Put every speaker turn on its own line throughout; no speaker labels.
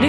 le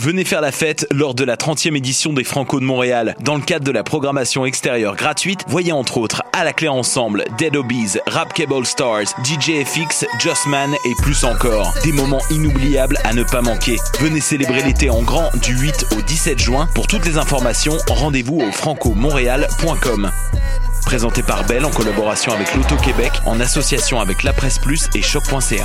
Venez faire la fête lors de la 30e édition des Franco de Montréal. Dans le cadre de la programmation extérieure gratuite, voyez entre autres À la clé ensemble, Dead Obies, Rap Cable Stars, DJ FX, Just Man et plus encore. Des moments inoubliables à ne pas manquer. Venez célébrer l'été en grand du 8 au 17 juin. Pour toutes les informations, rendez-vous au francomontréal.com. Présenté par Bell en collaboration avec l'Auto-Québec, en association avec La Presse Plus et Choc.ca.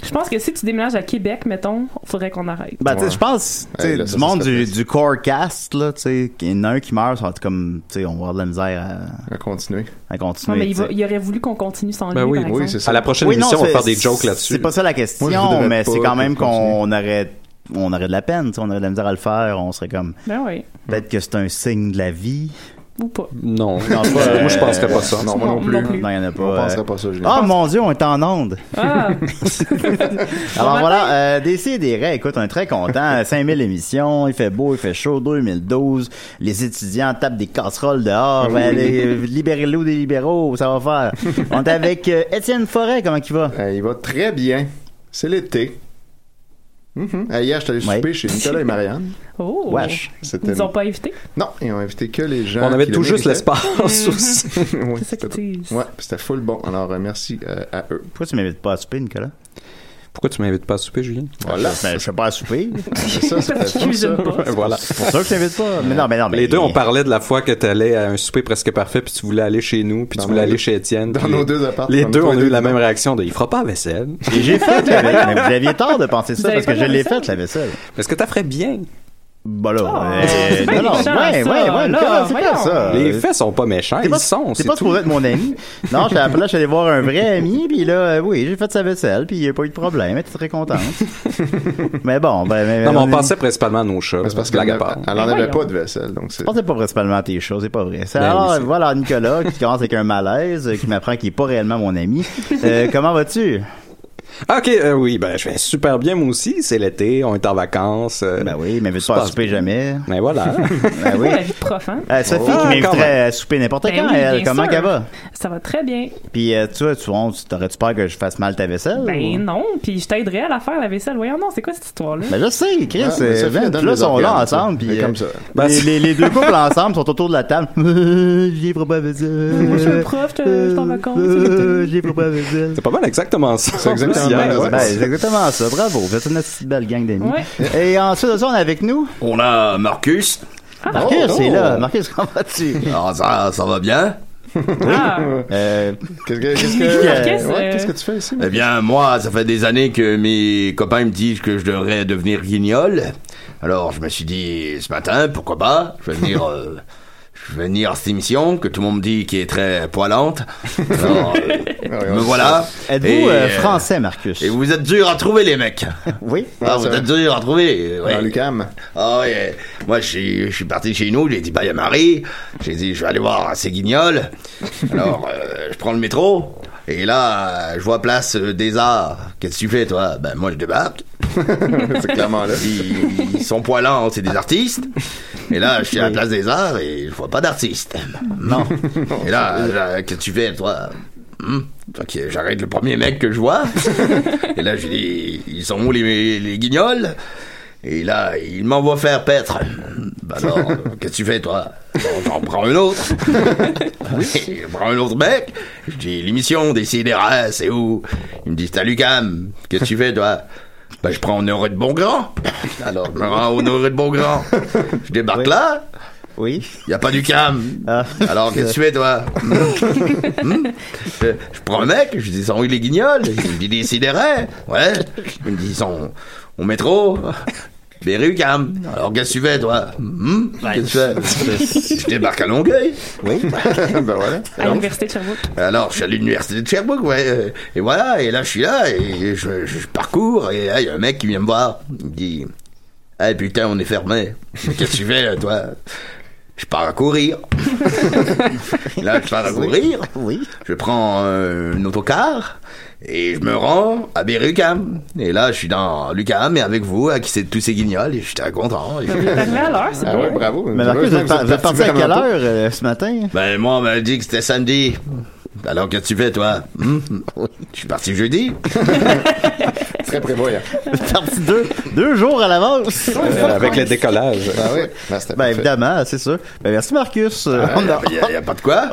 Je pense que si tu déménages à Québec, mettons, faudrait qu'on arrête.
Ben, tu sais,
Ouais.
je pense, tu sais,
Hey, là,
du
ça, ça
monde
serait
du,
triste.
du core cast, là, tu sais, qu'il y en a un qui meurt, ça va être comme, tu sais, on va avoir de la misère
On va continuer.
à, à
Non,
continuer.
Ah, mais il,
tu sais.
va- il aurait voulu qu'on continue sans
Ben
lui,
oui,
par
Oui, c'est
exemple.
ça.
À la prochaine
Oui, non,
émission, on va
c'est-
faire des jokes
c'est-
là-dessus.
C'est pas ça la
Moi, je vous
question,
dirais
mais
pas
c'est quand même
que continue.
qu'on aurait, on aurait de la peine, tu sais, on aurait de la misère à le faire, on serait comme,
Ben oui.
peut-être que c'est un signe de la vie.
Ou pas.
Non.
Non, c'est pas-
Euh, Moi, je penserais pas ça.
Non, moi non
Non,
plus.
non plus.
Non, il y en a
On
pas. euh.
penserait pas ça, Julien.
Oh mon dieu, on est en onde.
Ah,
Alors
matin.
voilà, euh, DC des raies, écoute, on est très content. 5000 émissions, il fait beau, il fait chaud, 2012. Les étudiants tapent des casseroles
Ah
dehors. Allez, euh, libérez-le des libéraux, ça va faire. On est avec euh, Étienne Forêt, comment il va?
Euh, il va très bien. C'est l'été. Mhm. Euh, Hier, je suis allé souper
Ouais.
chez Nicolas et Marianne.
oh.
Wesh.
Ils
C'était...
nous ont pas évité.
Non, ils ont invité que les gens.
On avait
qui
tout
le
juste
méritaient.
l'espace aussi.
Ouais,
C'est ça qu'ils disent.
Ouais, puis c'était full bon. Alors, euh, merci euh, à eux.
Pourquoi tu m'invites pas à souper, Nicolas?
Pourquoi tu m'invites pas à souper, Julien?
Voilà. Ben, je sais pas à souper.
C'est ça, ça
Parce
fait
qu'il
ça.
me donne pas.
Voilà.
C'est pour ça que je t'invite pas. Mais non, mais non, mais.
Les deux, on parlait de la fois que tu allais à un souper presque parfait, puis tu voulais aller chez nous, puis tu voulais aller chez Étienne.
Dans
puis
nos
les-
deux apparts.
Les
dans
deux,
nos
on a
deux
eu la
apparts.
même réaction de il fera pas la vaisselle.
Et j'ai fait la vaisselle. Mais vous aviez tort de penser
Vous
ça
avez
parce
pas
que je
la
l'ai
vaisselle?
faite, la vaisselle.
Est-ce que t'as ferait bien?
Bah là.
Ah,
euh,
c'est bien
non, non,
méchant,
ouais, ouais,
ça,
ouais,
là,
comment c'est pas
voyons.
ça.
Les faits sont pas méchants,
T'es
ils
pas,
sont,
t'es
c'est
pas
tout.
supposé être mon ami. Non, j'étais appelé, j'allais voir un vrai ami, puis là, euh, oui, j'ai fait sa vaisselle, puis il n'y a pas eu de problème. Elle était très contente. mais bon, ben, ben,
Non, mais on
est-
pensait principalement à nos chats.
Mais c'est parce
blague
qu'elle
à part.
elle en avait
voyons.
pas de vaisselle, donc c'est.
Je pensais pas principalement à tes choses, c'est pas vrai. C'est
Ben
alors,
oui, c'est-
voilà Nicolas qui commence avec un malaise, euh, qui m'apprend qu'il est pas réellement mon ami. Euh, comment vas-tu?
Ah, ok, euh, oui, ben je vais super bien moi aussi. C'est l'été, on est en vacances. euh,
Ben oui, mais veux-tu
Ça
pas
passe
souper jamais?
Ben voilà.
Ben
C'est
oui.
pas la vie de prof, hein?
Euh, Sophie
Ah,
qui
quand
m'inviterait
même.
à souper n'importe
Ben
quand,
oui,
elle,
bien
comment
sûr.
qu'elle va?
Ça va très bien.
Puis euh, tu vois, tu, on- tu- t'aurais-tu peur que je fasse mal ta vaisselle?
Ben
ou-
non, puis je t'aiderais à la faire, la vaisselle. Voyons, non, c'est quoi cette histoire-là?
Ben je sais, Chris,
Ah, mais
euh,
Sophie,
ben,
elle donne
là,
les
sont là
organes,
ensemble,
ça.
puis euh,
Et comme ça.
Ben,
les,
c'est-
les- les deux couples ensemble sont autour de la table. Euh, J'y ai pas ma vaisselle.
Moi, je suis un prof, je- je t'en raconte.
Euh, J'y ai pas ma vaisselle.
c'est pas mal exactement ça.
C'est exactement
Hier,
ça.
ouais.
Ben, c'est exactement ça, bravo. Vous êtes une petite belle gang d'amis.
Ouais. Ah,
Et ensuite de ça, on est avec nous.
On a Marcus.
Marcus,
oh.
c'est là. Marcus, comment vas-tu?
Ah, ça, ça va bien
Ah,
Ben Euh,
Qu'est-ce que, qu'est-ce
Qu'est-ce
que,
que-
ouais, qu'est-ce que tu fais ici?
Eh bien, moi, ça fait des années que mes copains me disent que je devrais devenir guignol. Alors, je me suis dit, ce matin, pourquoi pas Je vais venir... euh, je vais venir à cette émission que tout le monde me dit qui est très poilante. Alors, euh, me voilà.
Êtes-vous
Et,
euh,
euh,
français, Marcus?
Et vous êtes dur à trouver, les mecs.
Oui.
Ah, vous
c'est vrai.
êtes dur à trouver. ouais.
Dans l'UQAM.
Ah ouais, moi je suis- je suis parti de chez nous, j'ai dit bah, bye à Marie, j'ai dit je vais aller voir ces guignols. Alors euh, je prends le métro, et là euh, je vois place euh, des arts. Qu'est-ce que tu fais toi Ben moi je débarque,
C'est clairement là.
ils, ils sont poilants, hein, c'est des artistes. Et là je suis à la place des arts et je vois pas d'artistes. Non. Et là, là, qu'est-ce que tu fais toi Hmm. Ok, j'arrête le premier mec que je vois. Et là, je dis, ils sont où les, les guignols Et là, il m'envoie faire paître. Bah alors, qu'est-ce que tu fais, toi Bon, J'en prends un autre. Oui, je prends un autre mec. Je dis, l'émission des sidérats, c'est où Ils me disent, salut Cam, qu'est-ce que tu fais, toi Bah, je prends Honoré de Bongrand. Alors, je me rends au Honoré de Bongrand. Je débarque
Oui.
là.
Oui.
Il a pas du cam.
Ah.
Alors, qu'est-ce que tu fais, toi Hmm? Hmm? je, je prends un mec, je dis, ils sont où les guignols Il me dit, des sidérés. Ouais. Il me dit, ils sont au métro. Des rues, cam. Alors, qu'est-ce que tu fais, toi Hmm? Qu'est-ce que tu fais Je débarque à Longueuil. Oui.
ben voilà.
à l'université de Sherbrooke.
Ben Alors, je suis à l'université de Sherbrooke, ouais. euh, Et voilà, et là, je suis là, et je, je- je parcours, et là, il y a un mec qui vient me voir. Il me dit Eh putain, on est fermé. Mais Qu'est-ce que tu fais, là, toi Je pars à courir. là, je pars à courir.
Oui.
Je prends euh, un autocar. Et je me rends à Bérucam. Et là, je suis dans Lucam et avec vous, à qui c'est tous ces guignols, et je suis très content. Et-
T'es arrivé à l'heure, c'est
Ah ouais,
bien.
bravo.
Mais Marcus, vous
Heureusement
êtes,
que
par- vous êtes parti à
vraiment
quelle
tôt.
heure euh, ce matin?
Ben, moi, on m'a dit que c'était samedi. Alors, qu'est-ce que tu fais, toi Hmm Je suis parti jeudi.
Très prévoyant.
Vous êtes parti deux, deux jours à l'avance.
Euh, avec le décollage.
Ah ouais. Ben, c'était
Ben
parfait.
évidemment, c'est sûr. Ben merci Marcus. Euh,
Il
on, a-
n'y Ah, a, pas de quoi.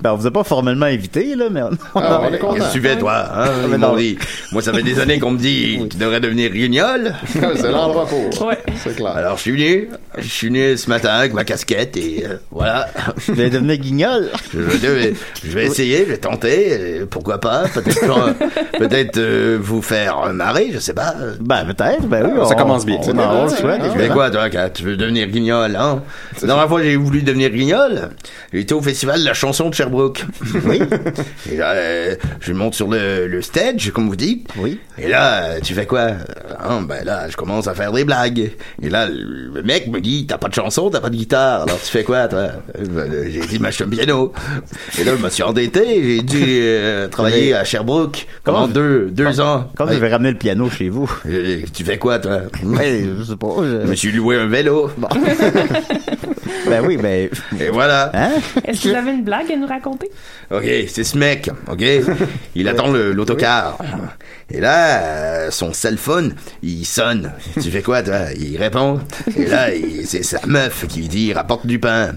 ben, on vous a pas formellement invité là, mais on, on
Ah,
a-
on est
Qu'est-ce
content.
que tu fais, toi hein,
Ah, mais
ils
non.
m'ont dit. Moi, ça fait des années qu'on me dit tu devrais devenir guignol.
C'est l'endroit
Ah
pour.
Ouais.
C'est clair.
Alors, je suis venu. Je suis venu ce matin avec ma casquette et euh, voilà.
vous allez devenir guignol.
Je, vais- je vais essayer, je vais tenter. euh, Pourquoi pas Peut-être euh, peut-être, euh, vous faire marrer, je sais pas.
Ben peut-être, ben oui.
Ah, ça
on-
commence bien.
on-
C'est
on-
bien,
on le
ça.
souhaite,
Ah,
Tu fais
évidemment.
quoi, toi, quand tu veux devenir guignol, hein La dernière fois, j'ai voulu devenir guignol. J'étais au festival de la chanson de Sherbrooke. Oui. Et là, euh, je monte sur le, le stage, comme vous dites.
Oui.
Et là, euh, tu fais quoi Hein, Ben là, je commence à faire des blagues. Et là, le mec me dit, t'as pas de chanson, t'as pas de guitare. Alors, tu fais quoi, toi Euh, ben, euh, J'ai dit, m'achète un piano. Et là, je me suis endetté. J'ai dû euh, travailler à Sherbrooke pendant
Comment-
deux, deux ans.
Comme vous
Ouais.
avez ramené le piano chez vous.
Euh, Tu fais quoi, toi
Ouais, je sais pas. je-
je me suis loué un vélo.
Ben oui, ben.
Et voilà.
Hein?
Est-ce que vous avez une blague à nous raconter?
Ok, c'est ce mec. Ok, il attend le- l'autocar. Et là, euh, son cell phone, il sonne. Tu fais quoi, toi Il répond. Et là, il- c'est sa meuf qui dit rapporte du pain.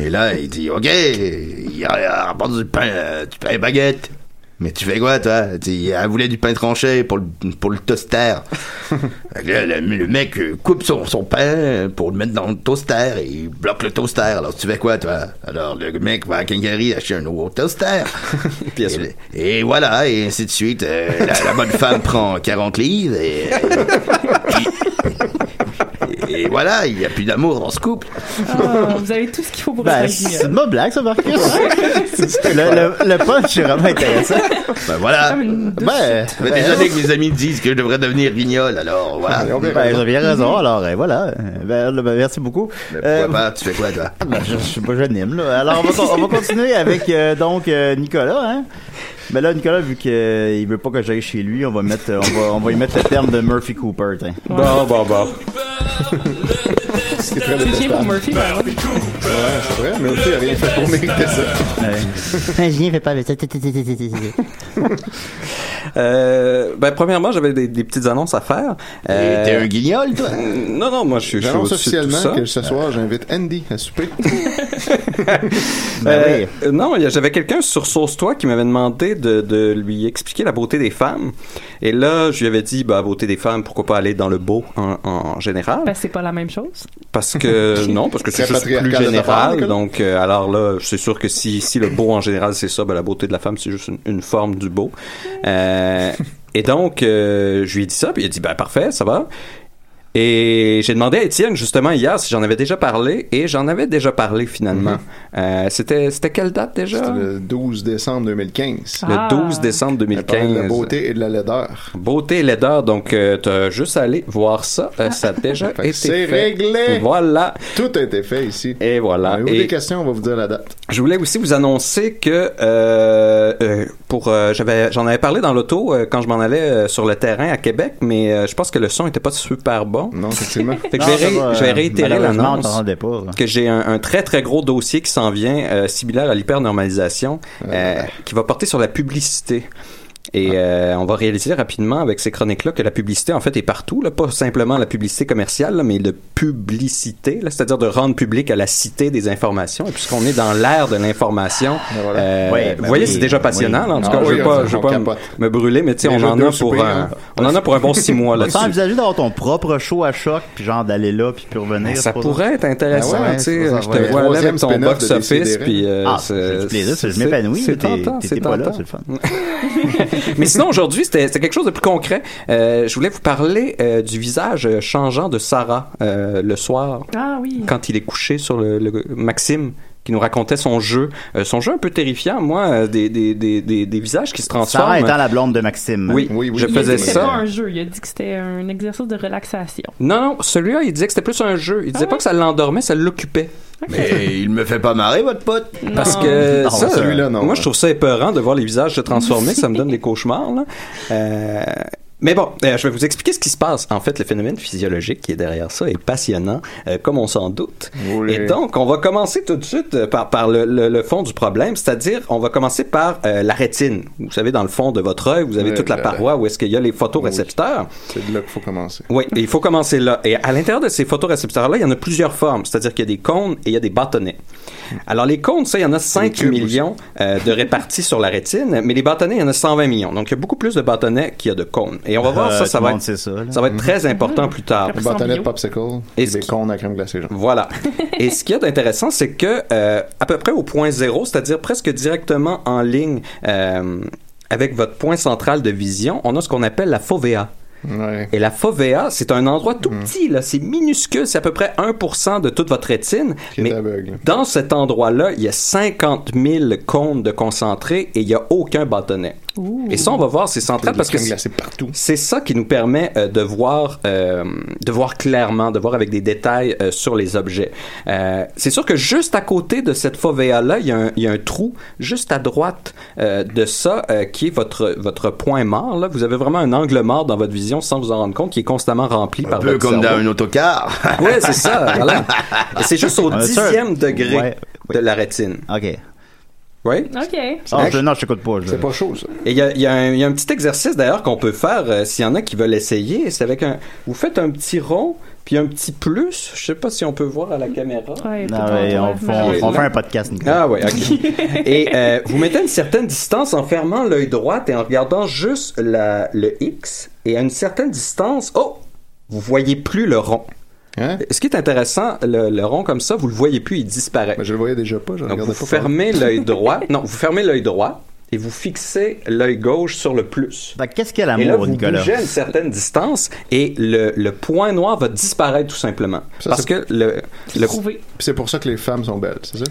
Et là, il dit ok, il ra- rapporte du pain, euh, du pain et baguette. Mais tu fais quoi, toi? Tu- Elle voulait du pain tranché pour le, pour le toaster. Fait que là, Ben, le, le mec euh, coupe son, son pain pour le mettre dans le toaster et il bloque le toaster. Alors, tu fais quoi, toi? Alors, le mec va à Calgary acheter un nouveau toaster. et, et voilà, et ainsi de suite. Euh, la, la bonne femme prend 40 livres et... et- et voilà, il n'y a plus d'amour dans ce couple.
Ah, vous avez tout ce qu'il faut pour
Ben,
être un
c'est
vignoble.
une bonne blague, ça, Marcus. le, le, le punch est vraiment intéressant.
Ben voilà.
Comme une douce
Ben, ça fait
Ben,
des années que mes amis me disent que je devrais devenir guignol, alors voilà.
Ben, vous avez raison, alors, euh, voilà. Euh, ben, ben, merci beaucoup.
Pourquoi
Euh,
pas? Tu fais quoi, toi?
ben, je, je sais pas, j'anime, là. Alors, on va, con- on va continuer avec, euh, donc, euh, Nicolas, hein. Ben là, Nicolas, vu qu'il veut pas que j'aille chez lui, on va mettre, euh, on va, on va y mettre le terme de Murphy Cooper, tiens.
Bon, bon, bon.
C'est très
C'est bien pour
détestable.
Murphy, par exemple.
Ouais, c'est vrai, mais aussi, il a rien fait pour mériter ça.
Julien fait pas le...
Euh, ben, premièrement, j'avais des, des petites annonces à faire. Euh,
T'es un guignol, toi?
Non, non, moi, je suis je suis
J'annonce
au-dessus de tout
officiellement
ça.
que ce soir, j'invite Andy à souper.
Euh, euh, non, il y a- j'avais quelqu'un sur Sauce-toi qui m'avait demandé de, de lui expliquer la beauté des femmes. Et là, je lui avais dit, bah, beauté des femmes, pourquoi pas aller dans le beau en, en
Ben,
général?
c'est pas la même chose.
Parce que, non, parce que c'est
Très
juste plus
patriarcal de ta
général.
part, Nicolas.
donc, euh, alors là, c'est sûr que si, si le beau en général, c'est ça, ben, la beauté de la femme, c'est juste une, une forme du beau. Euh, et donc, euh, je lui ai dit ça, puis il a dit, ben, parfait, ça va. Et j'ai demandé à Étienne justement hier si j'en avais déjà parlé et j'en avais déjà parlé finalement. Euh, c'était c'était quelle date déjà
C'était le 12 décembre 2015.
le
Ah.
12 décembre
Elle parlait
2015.
de la beauté et de la laideur.
Beauté et laideur, donc euh, t'as juste à aller voir ça, euh, ça a déjà
Fait que
été
c'est
fait.
réglé.
Voilà.
Tout a été fait ici.
Et voilà.
Au niveau
Et
des questions, on va vous dire la date.
je voulais aussi vous annoncer que euh, euh, pour euh, j'avais j'en avais parlé dans l'auto euh, quand je m'en allais euh, sur le terrain à Québec, mais euh, je pense que le son était pas super bon.
Non, effectivement.
Fait que je vais ré- je vais réitérer l'annonce
Je pas. là.
que j'ai un, un très très gros dossier qui s'en vient euh, similaire à l'hypernormalisation euh, qui va porter sur la publicité. Et euh, on va réaliser rapidement avec ces chroniques-là que la publicité, en fait, est partout. Là. Pas simplement la publicité commerciale, là, mais de publicité, là, c'est-à-dire de rendre public à la cité des informations. Et puisqu'on est dans l'ère de l'information,
voilà.
euh,
Ouais, ben
vous voyez,
oui,
c'est déjà
oui.
passionnant. là. En tout
Ah
cas, je
oui,
veux
on-
pas, je veux
on
pas
capote.
me brûler, mais tu sais, on,
Déjà
en
deux
a pour
soupers,
un,
hein.
on en a pour un bon six mois
Sans
là-dessus.
envisager d'avoir ton propre show à choc, puis genre d'aller là, puis puis revenir.
Ben, Ça
c'est pas
pourrait être intéressant,
Ah ouais,
tu
c'est
sais. euh,
pas
Je
ça,
te
ouais.
vois là
Troisième
avec ton
spin-off de
box-office,
Décidéré.
puis... euh,
Ah, c'est du plaisir, c'est- je m'épanouis,
C'est
mais t'es-
tentant,
t'es-
c'est
t'es pas là,
tentant.
c'est le fun.
Mais sinon, aujourd'hui, c'était c'était quelque chose de plus concret. Euh, je voulais vous parler euh, du visage euh, changeant de Sarah euh, le soir,
Ah oui.
quand il est couché sur le, le- Maxime qui nous racontait son jeu. Euh, son jeu un peu terrifiant, moi, euh, des, des, des, des, des visages qui se transforment.
Sarah étant la blonde de Maxime.
Oui,
Oui, oui.
je
Il
Il a dit
faisais
que c'était pas
ça.
un jeu. Il a dit que c'était un exercice de relaxation.
Non, non, celui-là, il disait que c'était plus un jeu. Il disait pas que ça l'endormait, ça l'occupait.
Mais il me fait pas marrer, votre pote.
Parce
Non.
que
Ah Non,
euh,
hein.
ça,
celui-là, non. hein.
moi, je trouve ça épeurant de voir les visages se transformer. ça me donne des cauchemars. là. Euh, mais bon, euh, je vais vous expliquer ce qui se passe. En fait, le phénomène physiologique qui est derrière ça est passionnant, euh, comme on s'en doute.
Oui.
Et donc, on va commencer tout de suite euh, par, par le, le- le fond du problème, c'est-à-dire, on va commencer par euh, la rétine. Vous savez, dans le fond de votre œil, vous avez
Euh,
toute la
le-
paroi où est-ce qu'il y a les photorécepteurs.
C'est de là qu'il faut commencer.
Oui, et il faut commencer là. Et à l'intérieur de ces photorécepteurs-là, il y en a plusieurs formes. C'est-à-dire qu'il y a des cônes et il y a des bâtonnets. Alors, les cônes, ça, il y en a 5
cubes
millions euh, de répartis sur la rétine, mais les bâtonnets, il y en a 120 millions. Donc, il y a beaucoup plus de bâtonnets qu'il y a de cônes. Et on va voir
Euh,
ça,
tout
ça
le
va,
monde
être,
sait ça, là.
ça va être très important plus tard.
Des
Sans
bâtonnets de
bio.
popsicle,
Et
et
ce
des
qui-
cônes à crème glacée, genre.
Voilà. Et ce qui est intéressant, c'est que euh, à peu près au point zéro, c'est-à-dire presque directement en ligne euh, avec votre point central de vision, on a ce qu'on appelle la fovea.
Ouais.
Et la fovea, c'est un endroit tout petit, là, c'est minuscule, c'est à peu près 1% de toute votre rétine.
Qui est
mais
aveugle.
dans cet endroit-là, il y a 50 000 cônes de concentrés et il n'y a aucun bâtonnet. Et ça, on va voir, c'est
Puis
central
de la
parce que
crème
c'est-
glacée partout.
c'est ça qui nous permet euh, de voir, euh, de voir clairement, de voir avec des détails euh, sur les objets. Euh, c'est sûr que juste à côté de cette fovea là, il y, a un, il y a un trou juste à droite euh, de ça euh, qui est votre votre point mort. Là, vous avez vraiment un angle mort dans votre vision sans vous en rendre compte, qui est constamment rempli
Un
par
peu
votre
comme dans
cerveau.
un autocar.
Ouais, c'est ça. voilà. Et C'est juste au
Ah, ça,
dixième degré
ouais,
de la rétine.
OK.
Oui.
OK.
Ah, je- non, je t'écoute pas.
C'est
pas
chaud, ça.
Et Euh, il y a, il y a un- il y a un petit exercice d'ailleurs qu'on peut faire euh, s'il y en a qui veulent essayer. C'est avec un. Vous faites un petit rond, puis un petit plus. Je sais pas si on peut voir à la caméra.
Ah ouais, on, on- on fait un podcast, Nicolas.
Ah ouais, ok. et euh, vous mettez une certaine distance en fermant l'œil droit et en regardant juste la- le X. Et à une certaine distance, oh, vous voyez plus le rond.
hein?
Ce qui est intéressant, le, le rond comme ça, vous le voyez plus, il disparaît.
Ben, je le voyais déjà pas. Je
Donc vous fermez l'œil droit. Non, vous fermez l'œil droit et vous fixez l'œil gauche sur le plus.
Qu'est-ce qu'est
Et là,
l'amour,
vous
Nicolas?
bougez à une certaine distance et le, le point noir va disparaître tout simplement.
Ça,
Parce
c'est-
que le... le-
Puis C'est pour ça que les femmes sont belles, c'est ça?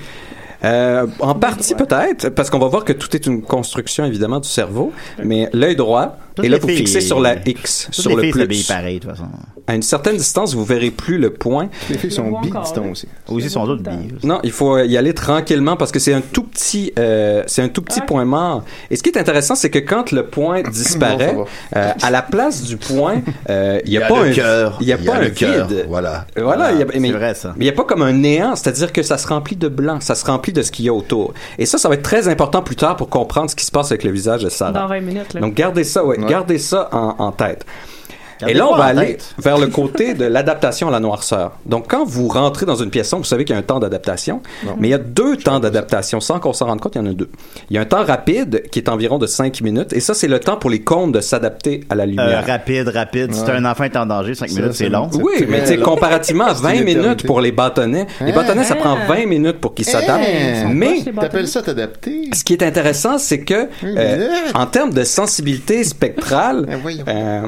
euh, en partie peut-être, parce qu'on va voir que tout est une construction évidemment du cerveau, mais l'œil droit,
Toutes
et là
les
vous
filles-
fixez sur la X,
Toutes
sur
les
le
filles s'habillent
plus.
pareil, de toute façon.
À une certaine distance, vous verrez plus le point.
Les filles sont bi,
encore,
dit-on aussi.
Aussi, sont d'autres billes.
Non, il faut y aller tranquillement parce que c'est un tout petit, euh, c'est un tout petit point mort. Et ce qui est intéressant, c'est que quand le point disparaît, euh, à la place du point, euh, il n'y a,
Il y a
pas
le
un,
cœur.
il y a
Il y
pas
a
un
le cœur.
vide.
Voilà.
Euh, Voilà, il y a- mais-
vrai, ça.
mais il n'y a pas comme un néant, c'est-à-dire que ça se remplit de blanc, ça se remplit de ce qu'il y a autour. Et ça, ça va être très important plus tard pour comprendre ce qui se passe avec le visage de Sarah.
Dans 20 minutes, là.
Donc gardez ça, ouais, gardez ça en, en tête. Et
Gardez-le
là, on va
en
aller
tête.
vers le côté de l'adaptation à la noirceur. Donc, quand vous rentrez dans une pièce sombre, vous savez qu'il y a un temps d'adaptation, mais il y a deux temps d'adaptation. Sans qu'on s'en rende compte, il y en a deux. Il y a un temps rapide qui est environ de 5 minutes, et ça, c'est le temps pour les cônes de s'adapter à la
Euh,
lumière.
rapide, rapide. Si
Ouais.
t'as un enfant est en danger, 5 minutes, c'est long.
Oui, mais tu sais, comparativement à 20 minutes pour les bâtonnets, les
Hein?
bâtonnets, ça prend
Hein?
20 minutes pour qu'ils
Hein?
s'adaptent.
Ils sont
Mais
poches, les bâtonnets? T'appelles ça t'adapter?
Ce qui est intéressant, c'est que euh, en termes de sensibilité spectrale,
Ben
euh,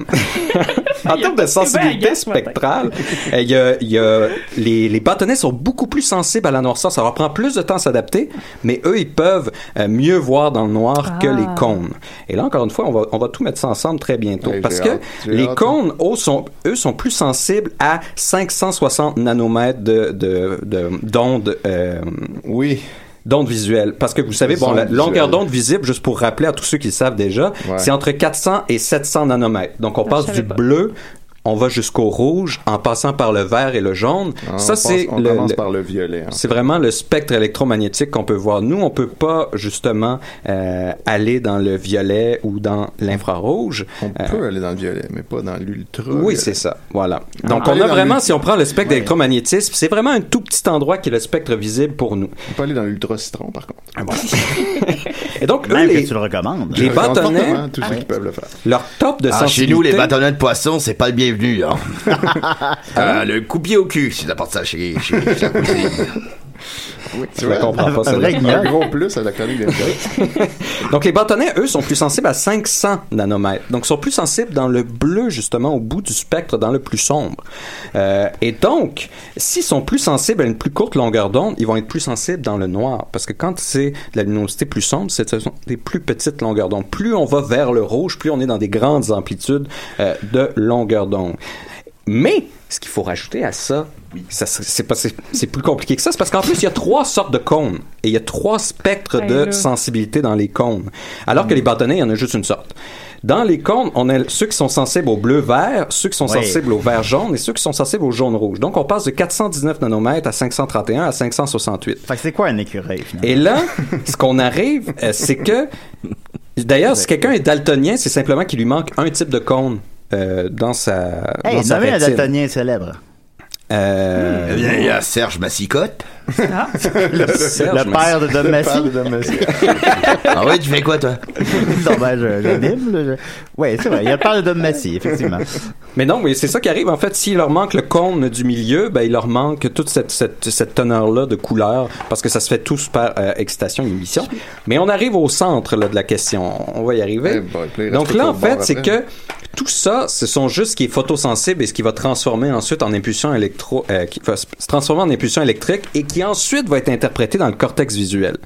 en termes de
hein,
sensibilité spectrale, euh, il y a- il y a- les, les bâtonnets sont beaucoup plus sensibles à la noirceur. Ça leur prend plus de temps à s'adapter, mais eux, ils peuvent euh, mieux voir dans le noir que
Ah.
les cônes. Et là, encore une fois, on va, on va tout mettre ça ensemble très bientôt.
Ouais,
parce
j'ai
que
hâte, j'ai
les
hâte.
cônes, eux, sont, eux, sont plus sensibles à 560 nanomètres de, de, de- d'ondes. euh,
oui.
D'ondes visuelles. Parce que vous savez, bon,
Ondes
la longueur
visuelles.
d'onde visible, juste pour rappeler à tous ceux qui le savent déjà,
Ouais.
c'est entre 400 et 700 nanomètres. Donc, on
Ah,
passe
je savais
du
pas.
bleu, on va jusqu'au rouge, en passant par le vert et le jaune.
Ah, On
ça,
passe-
c'est
on commence par le violet. hein.
c'est vraiment le spectre électromagnétique qu'on peut voir. Nous, on peut pas justement euh, aller dans le violet ou dans l'infrarouge. On
peut aller dans le violet, mais pas dans l'ultra.
Euh,
Ah.
Oui, c'est ça. Voilà.
On
Donc,
peut
on
aller
a
dans
vraiment,
l'ultra-
si on prend le spectre d'électromagnétisme, c'est vraiment un tout petit endroit qui est le spectre visible pour nous.
On peut aller dans l'ultra citron, par contre.
Et donc, eux,
Même
les-
que tu le recommandes.
les bâtonnets,
Vraiment, hein, tous ceux qui peuvent le faire.
leur top de
Ah, chez
sensibilité...
nous, les bâtonnets de poisson, c'est pas le bienvenu. Hein. Ah, le coupier au cul, si t'apportes ça chez, chez, chez la cousine.
Oui,
Tu la comprends pas, celle-là.
Un gros plus à la chronique des
Donc, les bâtonnets, eux, sont plus sensibles à 500 nanomètres. Donc, sont plus sensibles dans le bleu, justement, au bout du spectre, dans le plus sombre. Euh, et donc, s'ils sont plus sensibles à une plus courte longueur d'onde, ils vont être plus sensibles dans le noir. Parce que quand c'est de la luminosité plus sombre, c'est ce sont des plus petites longueurs d'onde. Plus on va vers le rouge, plus on est dans des grandes amplitudes euh, de longueur d'onde. Mais ce qu'il faut rajouter à ça, ça, c'est- c'est pas- c'est c'est plus compliqué que ça, c'est parce qu'en plus, il y a trois sortes de cônes et il y a trois spectres
Hey,
de
ben là.
sensibilité dans les cônes. Alors que les bâtonnets, il y en a juste une sorte. Dans les cônes, on a ceux qui sont sensibles au bleu-vert, ceux qui sont
Ouais.
sensibles au vert-jaune et ceux qui sont sensibles au jaune-rouge. Donc, on passe de 419 nanomètres à 531 à 568.
Fait que c'est quoi un écureuil, finalement?
Et là, ce qu'on arrive, euh, c'est que. D'ailleurs, si quelqu'un est daltonien, c'est simplement qu'il lui manque un type de cône euh, dans sa. dans
Hey,
sa
nommez un
rétine.
daltonien célèbre.
Euh,
Eh bien, il y a Serge Massicotte.
Le,
Serge
le père de
Massy.
Dom
Le
Massy.
père de Ah ouais, tu fais quoi, toi?
non, ben, je- j'anime, là, je- Ouais, c'est vrai. Il y a le père de Dom Massy, effectivement.
Mais non, mais c'est ça qui arrive. En fait, s'il leur manque le cône du milieu, ben, il leur manque toute cette, cette, cette teneur-là de couleur parce que ça se fait tous par euh, excitation et émission. Mais on arrive au centre là, de la question. On va y
Eh
arriver.
il reste
Donc
plus
là,
qu'au
en fait,
bord
c'est
après.
que tout ça, ce sont juste ce qui est photosensible et ce qui va transformer ensuite en impulsion électro, euh, qui va se se transformer en impulsion électrique et qui ensuite va être interprété dans le cortex visuel.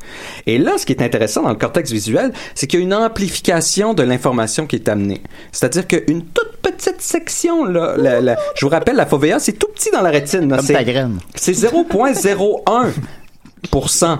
Et là, ce qui est intéressant dans le cortex visuel, c'est qu'il y a une amplification de l'information qui est amenée. C'est-à-dire qu'une toute petite section, là, la- la- je vous rappelle, la fovea, c'est tout petit dans la rétine. là.
Comme
C'est-
ta graine.
C'est 0.01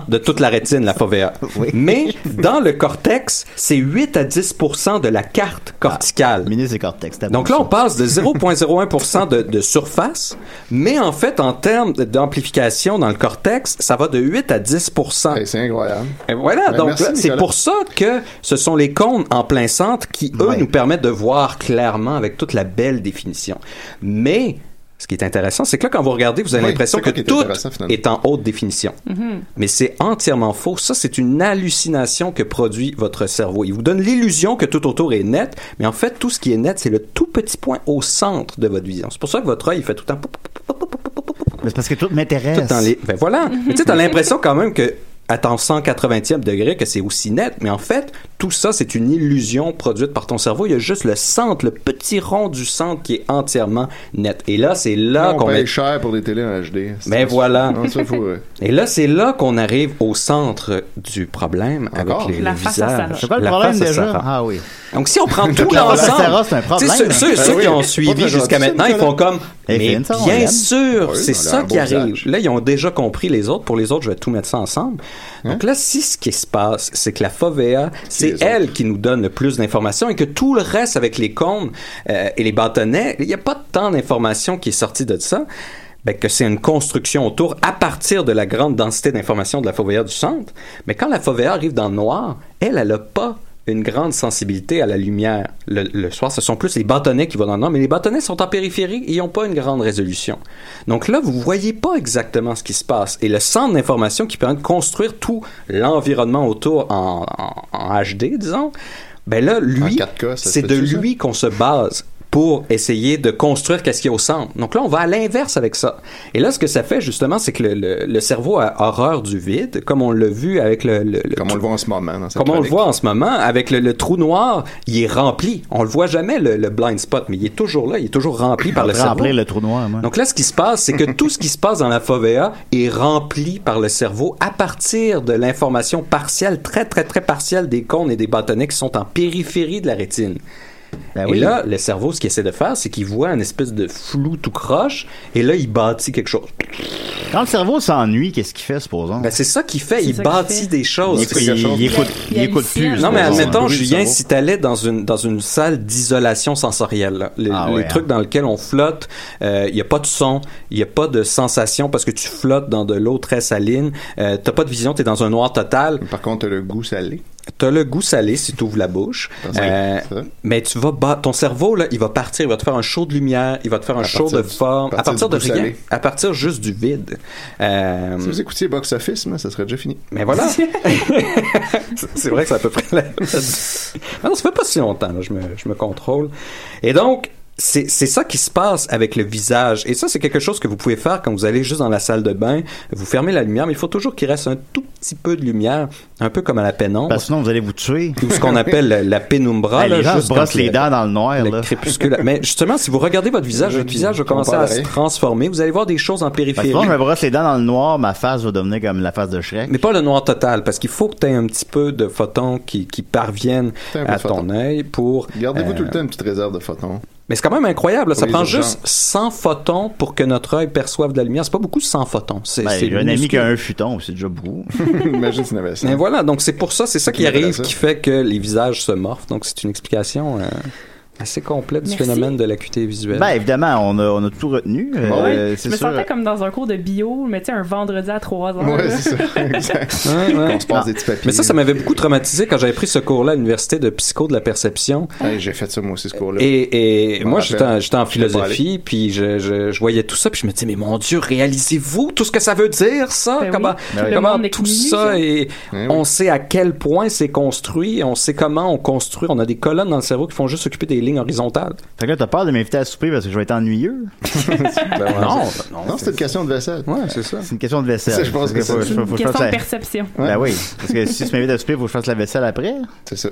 de toute la rétine, la FOVEA. Mais dans le cortex, c'est 8 à 10 de la carte corticale.
Ministre du cortex. t'as
Donc
bon
là, on
ça.
passe de 0,01% de, de surface, mais en fait, en termes de- d'amplification dans le cortex, ça va de 8 à 10%.
C'est incroyable.
Et voilà,
Ben,
Ah, donc
merci,
là, c'est
Nicolas.
pour ça que ce sont les cônes en plein centre qui, eux,
Ouais.
nous permettent de voir clairement avec toute la belle définition. Mais ce qui est intéressant, c'est que là, quand vous regardez, vous avez
Oui,
l'impression
c'est
que
ça qui est
tout
intéressant, finalement.
est en haute définition.
Mm-hmm.
Mais c'est entièrement faux. Ça, c'est une hallucination que produit votre cerveau. Il vous donne l'illusion que tout autour est net, mais en fait, tout ce qui est net, c'est le tout petit point au centre de votre vision. C'est pour ça que votre œil, il fait tout le temps... pop, pop, pop, pop, pop, pop, pop, pop,
Mais c'est parce que tout m'intéresse.
tout dans les- Ben voilà. Mais tu sais, t'as l'impression quand même que à ton 180e degré que c'est aussi net, mais en fait, tout ça, c'est une illusion produite par ton cerveau. Il y a juste le centre, le petit rond du centre qui est entièrement net. Et là, c'est là
on
qu'on
paye
met-
cher pour des télés en HD. C'est-
Mais voilà.
Non, ça, faut, euh,
Et là, c'est là qu'on arrive au centre du problème
Encore?
avec les,
La
le
face à
visage.
Sarah.
C'est pas le
La
problème
face à
déjà?
Sarah.
Ah oui.
Donc, si on prend tout
La face à Sarah,
l'ensemble,
c'est un
tu sais,
problème.
ceux, ceux-
Ben
ceux
oui,
qui ont
pas
suivi
très
jusqu'à
gentil, Ben,
maintenant,
ça,
ils font comme.
Et
Mais
Vincent, on
bien
l'aime.
sûr,
Oui,
c'est
on a
ça
un
qui
beau
arrive.
visage.
Là, ils ont déjà compris les autres. Pour les autres, je vais tout mettre ça ensemble. Donc là, si ce qui se passe, c'est que la FOVEA, c'est
les
elle qui nous donne le plus d'informations et que tout le reste avec les cônes euh, et les bâtonnets, il n'y a pas tant d'informations qui est sortie de ça. Ben, que c'est une construction autour à partir de la grande densité d'informations de la FOVEA du centre. Mais quand la FOVEA arrive dans le noir, elle, elle n'a pas une grande sensibilité à la lumière. Le, le soir, ce sont plus les bâtonnets qui vont dans le noir, mais les bâtonnets sont en périphérie et ils n'ont pas une grande résolution. Donc là, vous voyez pas exactement ce qui se passe. Et le centre d'information qui permet de construire tout l'environnement autour en, en- en HD, disons, ben là, lui,
4K, ça se
c'est de
fait-tu, ça?
lui qu'on se base pour essayer de construire qu'est-ce qu'il y a au centre. Donc là, on va à l'inverse avec ça. Et là, ce que ça fait, justement, c'est que le, le- le cerveau a horreur du vide, comme on l'a vu avec le... le- le-
comme on le voit en ce moment. Dans cette
comme on le
chronique.
voit en ce moment, avec le, le trou noir, il est rempli. On le voit jamais, le, le blind spot, mais il est toujours là, il est toujours rempli par le cerveau.
Remplir le trou noir, moi.
Donc là, ce qui se passe, c'est que tout ce qui se passe dans la FOVEA est rempli par le cerveau à partir de l'information partielle, très, très, très partielle des cônes et des bâtonnets qui sont en périphérie de la rétine.
Ben
Et
oui.
là, le cerveau, ce qu'il essaie de faire, c'est qu'il voit une espèce de flou tout croche, et là, il bâtit quelque chose.
Quand le cerveau s'ennuie, qu'est-ce qu'il fait, supposons?
Ben, c'est ça qu'il fait,
C'est
il
ça qu'il
bâtit
fait.
des choses.
il,
c'est
il-
quelque chose.
il écoute,
Il
il,
y a- il
écoute
y a
plus.
une
Non, mais
Dans un
admettons,
bruit du
Julien,
cerveau.
si t'allais dans une, dans une salle d'isolation sensorielle, là, le-
Ah
les
ouais,
trucs
hein.
dans lesquels on flotte, il n'y a pas de son, il n'y a pas de sensation parce que tu flottes dans de l'eau très saline, euh, t'as pas de vision, t'es dans un noir total,
Par contre, le goût salé.
t'as le goût salé si tu ouvres la bouche,
Dans un-
euh,
ça.
mais tu vas ba- ton cerveau, là, il va partir, il va te faire un show de lumière, il va te faire un show
partir
de
du-
forme, à
partir
partir de
du goût
rien,
salé.
à partir juste du vide. Euh,
Si vous écoutiez Box Office, moi, ça serait déjà fini.
mais voilà. c'est vrai que c'est à peu près la... Ah non, ça fait pas si longtemps, là, je, me, je me contrôle. Et donc, c'est c'est ça qui se passe avec le visage. Et ça, c'est quelque chose que vous pouvez faire quand vous allez juste dans la salle de bain, vous fermez la lumière, mais il faut toujours qu'il reste un tout petit peu de lumière, un peu comme à la pénombre,
Parce que sinon, vous allez vous tuer.
ou ce qu'on appelle la- la pénumbra.
Hey,
là,
les gens
juste
se brossent
quand
les
le-
dents dans le noir,
le
là.
crépuscule. Mais justement, si vous regardez votre visage, votre visage va commencer à se
parlerai.
transformer. Vous allez voir des choses en
Parce
périphérie.
que moi, je me brosse les dents dans le noir, ma face va devenir comme la face de Shrek.
Mais pas le noir total, parce qu'il faut que tu aies un petit peu de photons qui, qui parviennent
T'as un peu
à
de
ton
photons.
œil pour.
Gardez-vous
euh,
tout le temps une petite réserve de photons.
Mais c'est quand même incroyable. là.
Pour
Ça
les
prend
urgences.
juste 100 photons pour que notre œil perçoive de la lumière. C'est pas beaucoup 100 photons. C'est
Ben,
c'est
j'ai un ami
minuscule.
qui a un futon, c'est déjà beaucoup.
Imagine s'il y en avait ça.
Mais voilà, donc c'est pour ça, c'est ça qui
Qui
arrive,
m'intéresse.
qui fait que les visages se morphent. Donc c'est une explication euh, assez complète du
Merci.
phénomène de l'acuité visuelle.
ben, évidemment, on a, on a tout retenu.
Ah
euh,
Ouais, je
c'est
me
sûr.
sentais comme dans un cours de bio, mais tu sais, un vendredi à 3 ans.
Ouais,
là.
c'est ça. exact.
Ouais, ouais.
On se passe des petits papiers.
Mais ça, ça m'avait beaucoup traumatisé quand j'avais pris ce cours-là à l'université de psycho de la perception.
Hey, J'ai fait ça, moi aussi, ce cours-là.
Et, et
Je m'en
moi,
rappelle.
j'étais en, j'étais en
J'étais pas
philosophie, puis je, je, je voyais tout ça, puis je me disais, mais mon Dieu, réalisez-vous tout ce que ça veut dire,
Ben
ça?
oui.
Ah, comment
Ben oui. Le
comment
monde est
tout
mini,
ça
ça.
et
Ben oui.
on sait à quel point c'est construit, on sait comment on construit, on a des colonnes dans le cerveau qui font juste s'occuper des lignes horizontales.
Fait que là, t'as peur de m'inviter à souper parce que je vais être ennuyeux.
Ah, non, non.
Non, c'était Ben, une question de vaisselle.
Ouais, c'est ça.
C'est une question de vaisselle.
Ça, je pense que
Faut-
c'est
faut- faut- faut-
Question
faut-
de perception.
Ben oui. Parce que si tu m'invites à souper, faut que je fasse la vaisselle après.
C'est ça.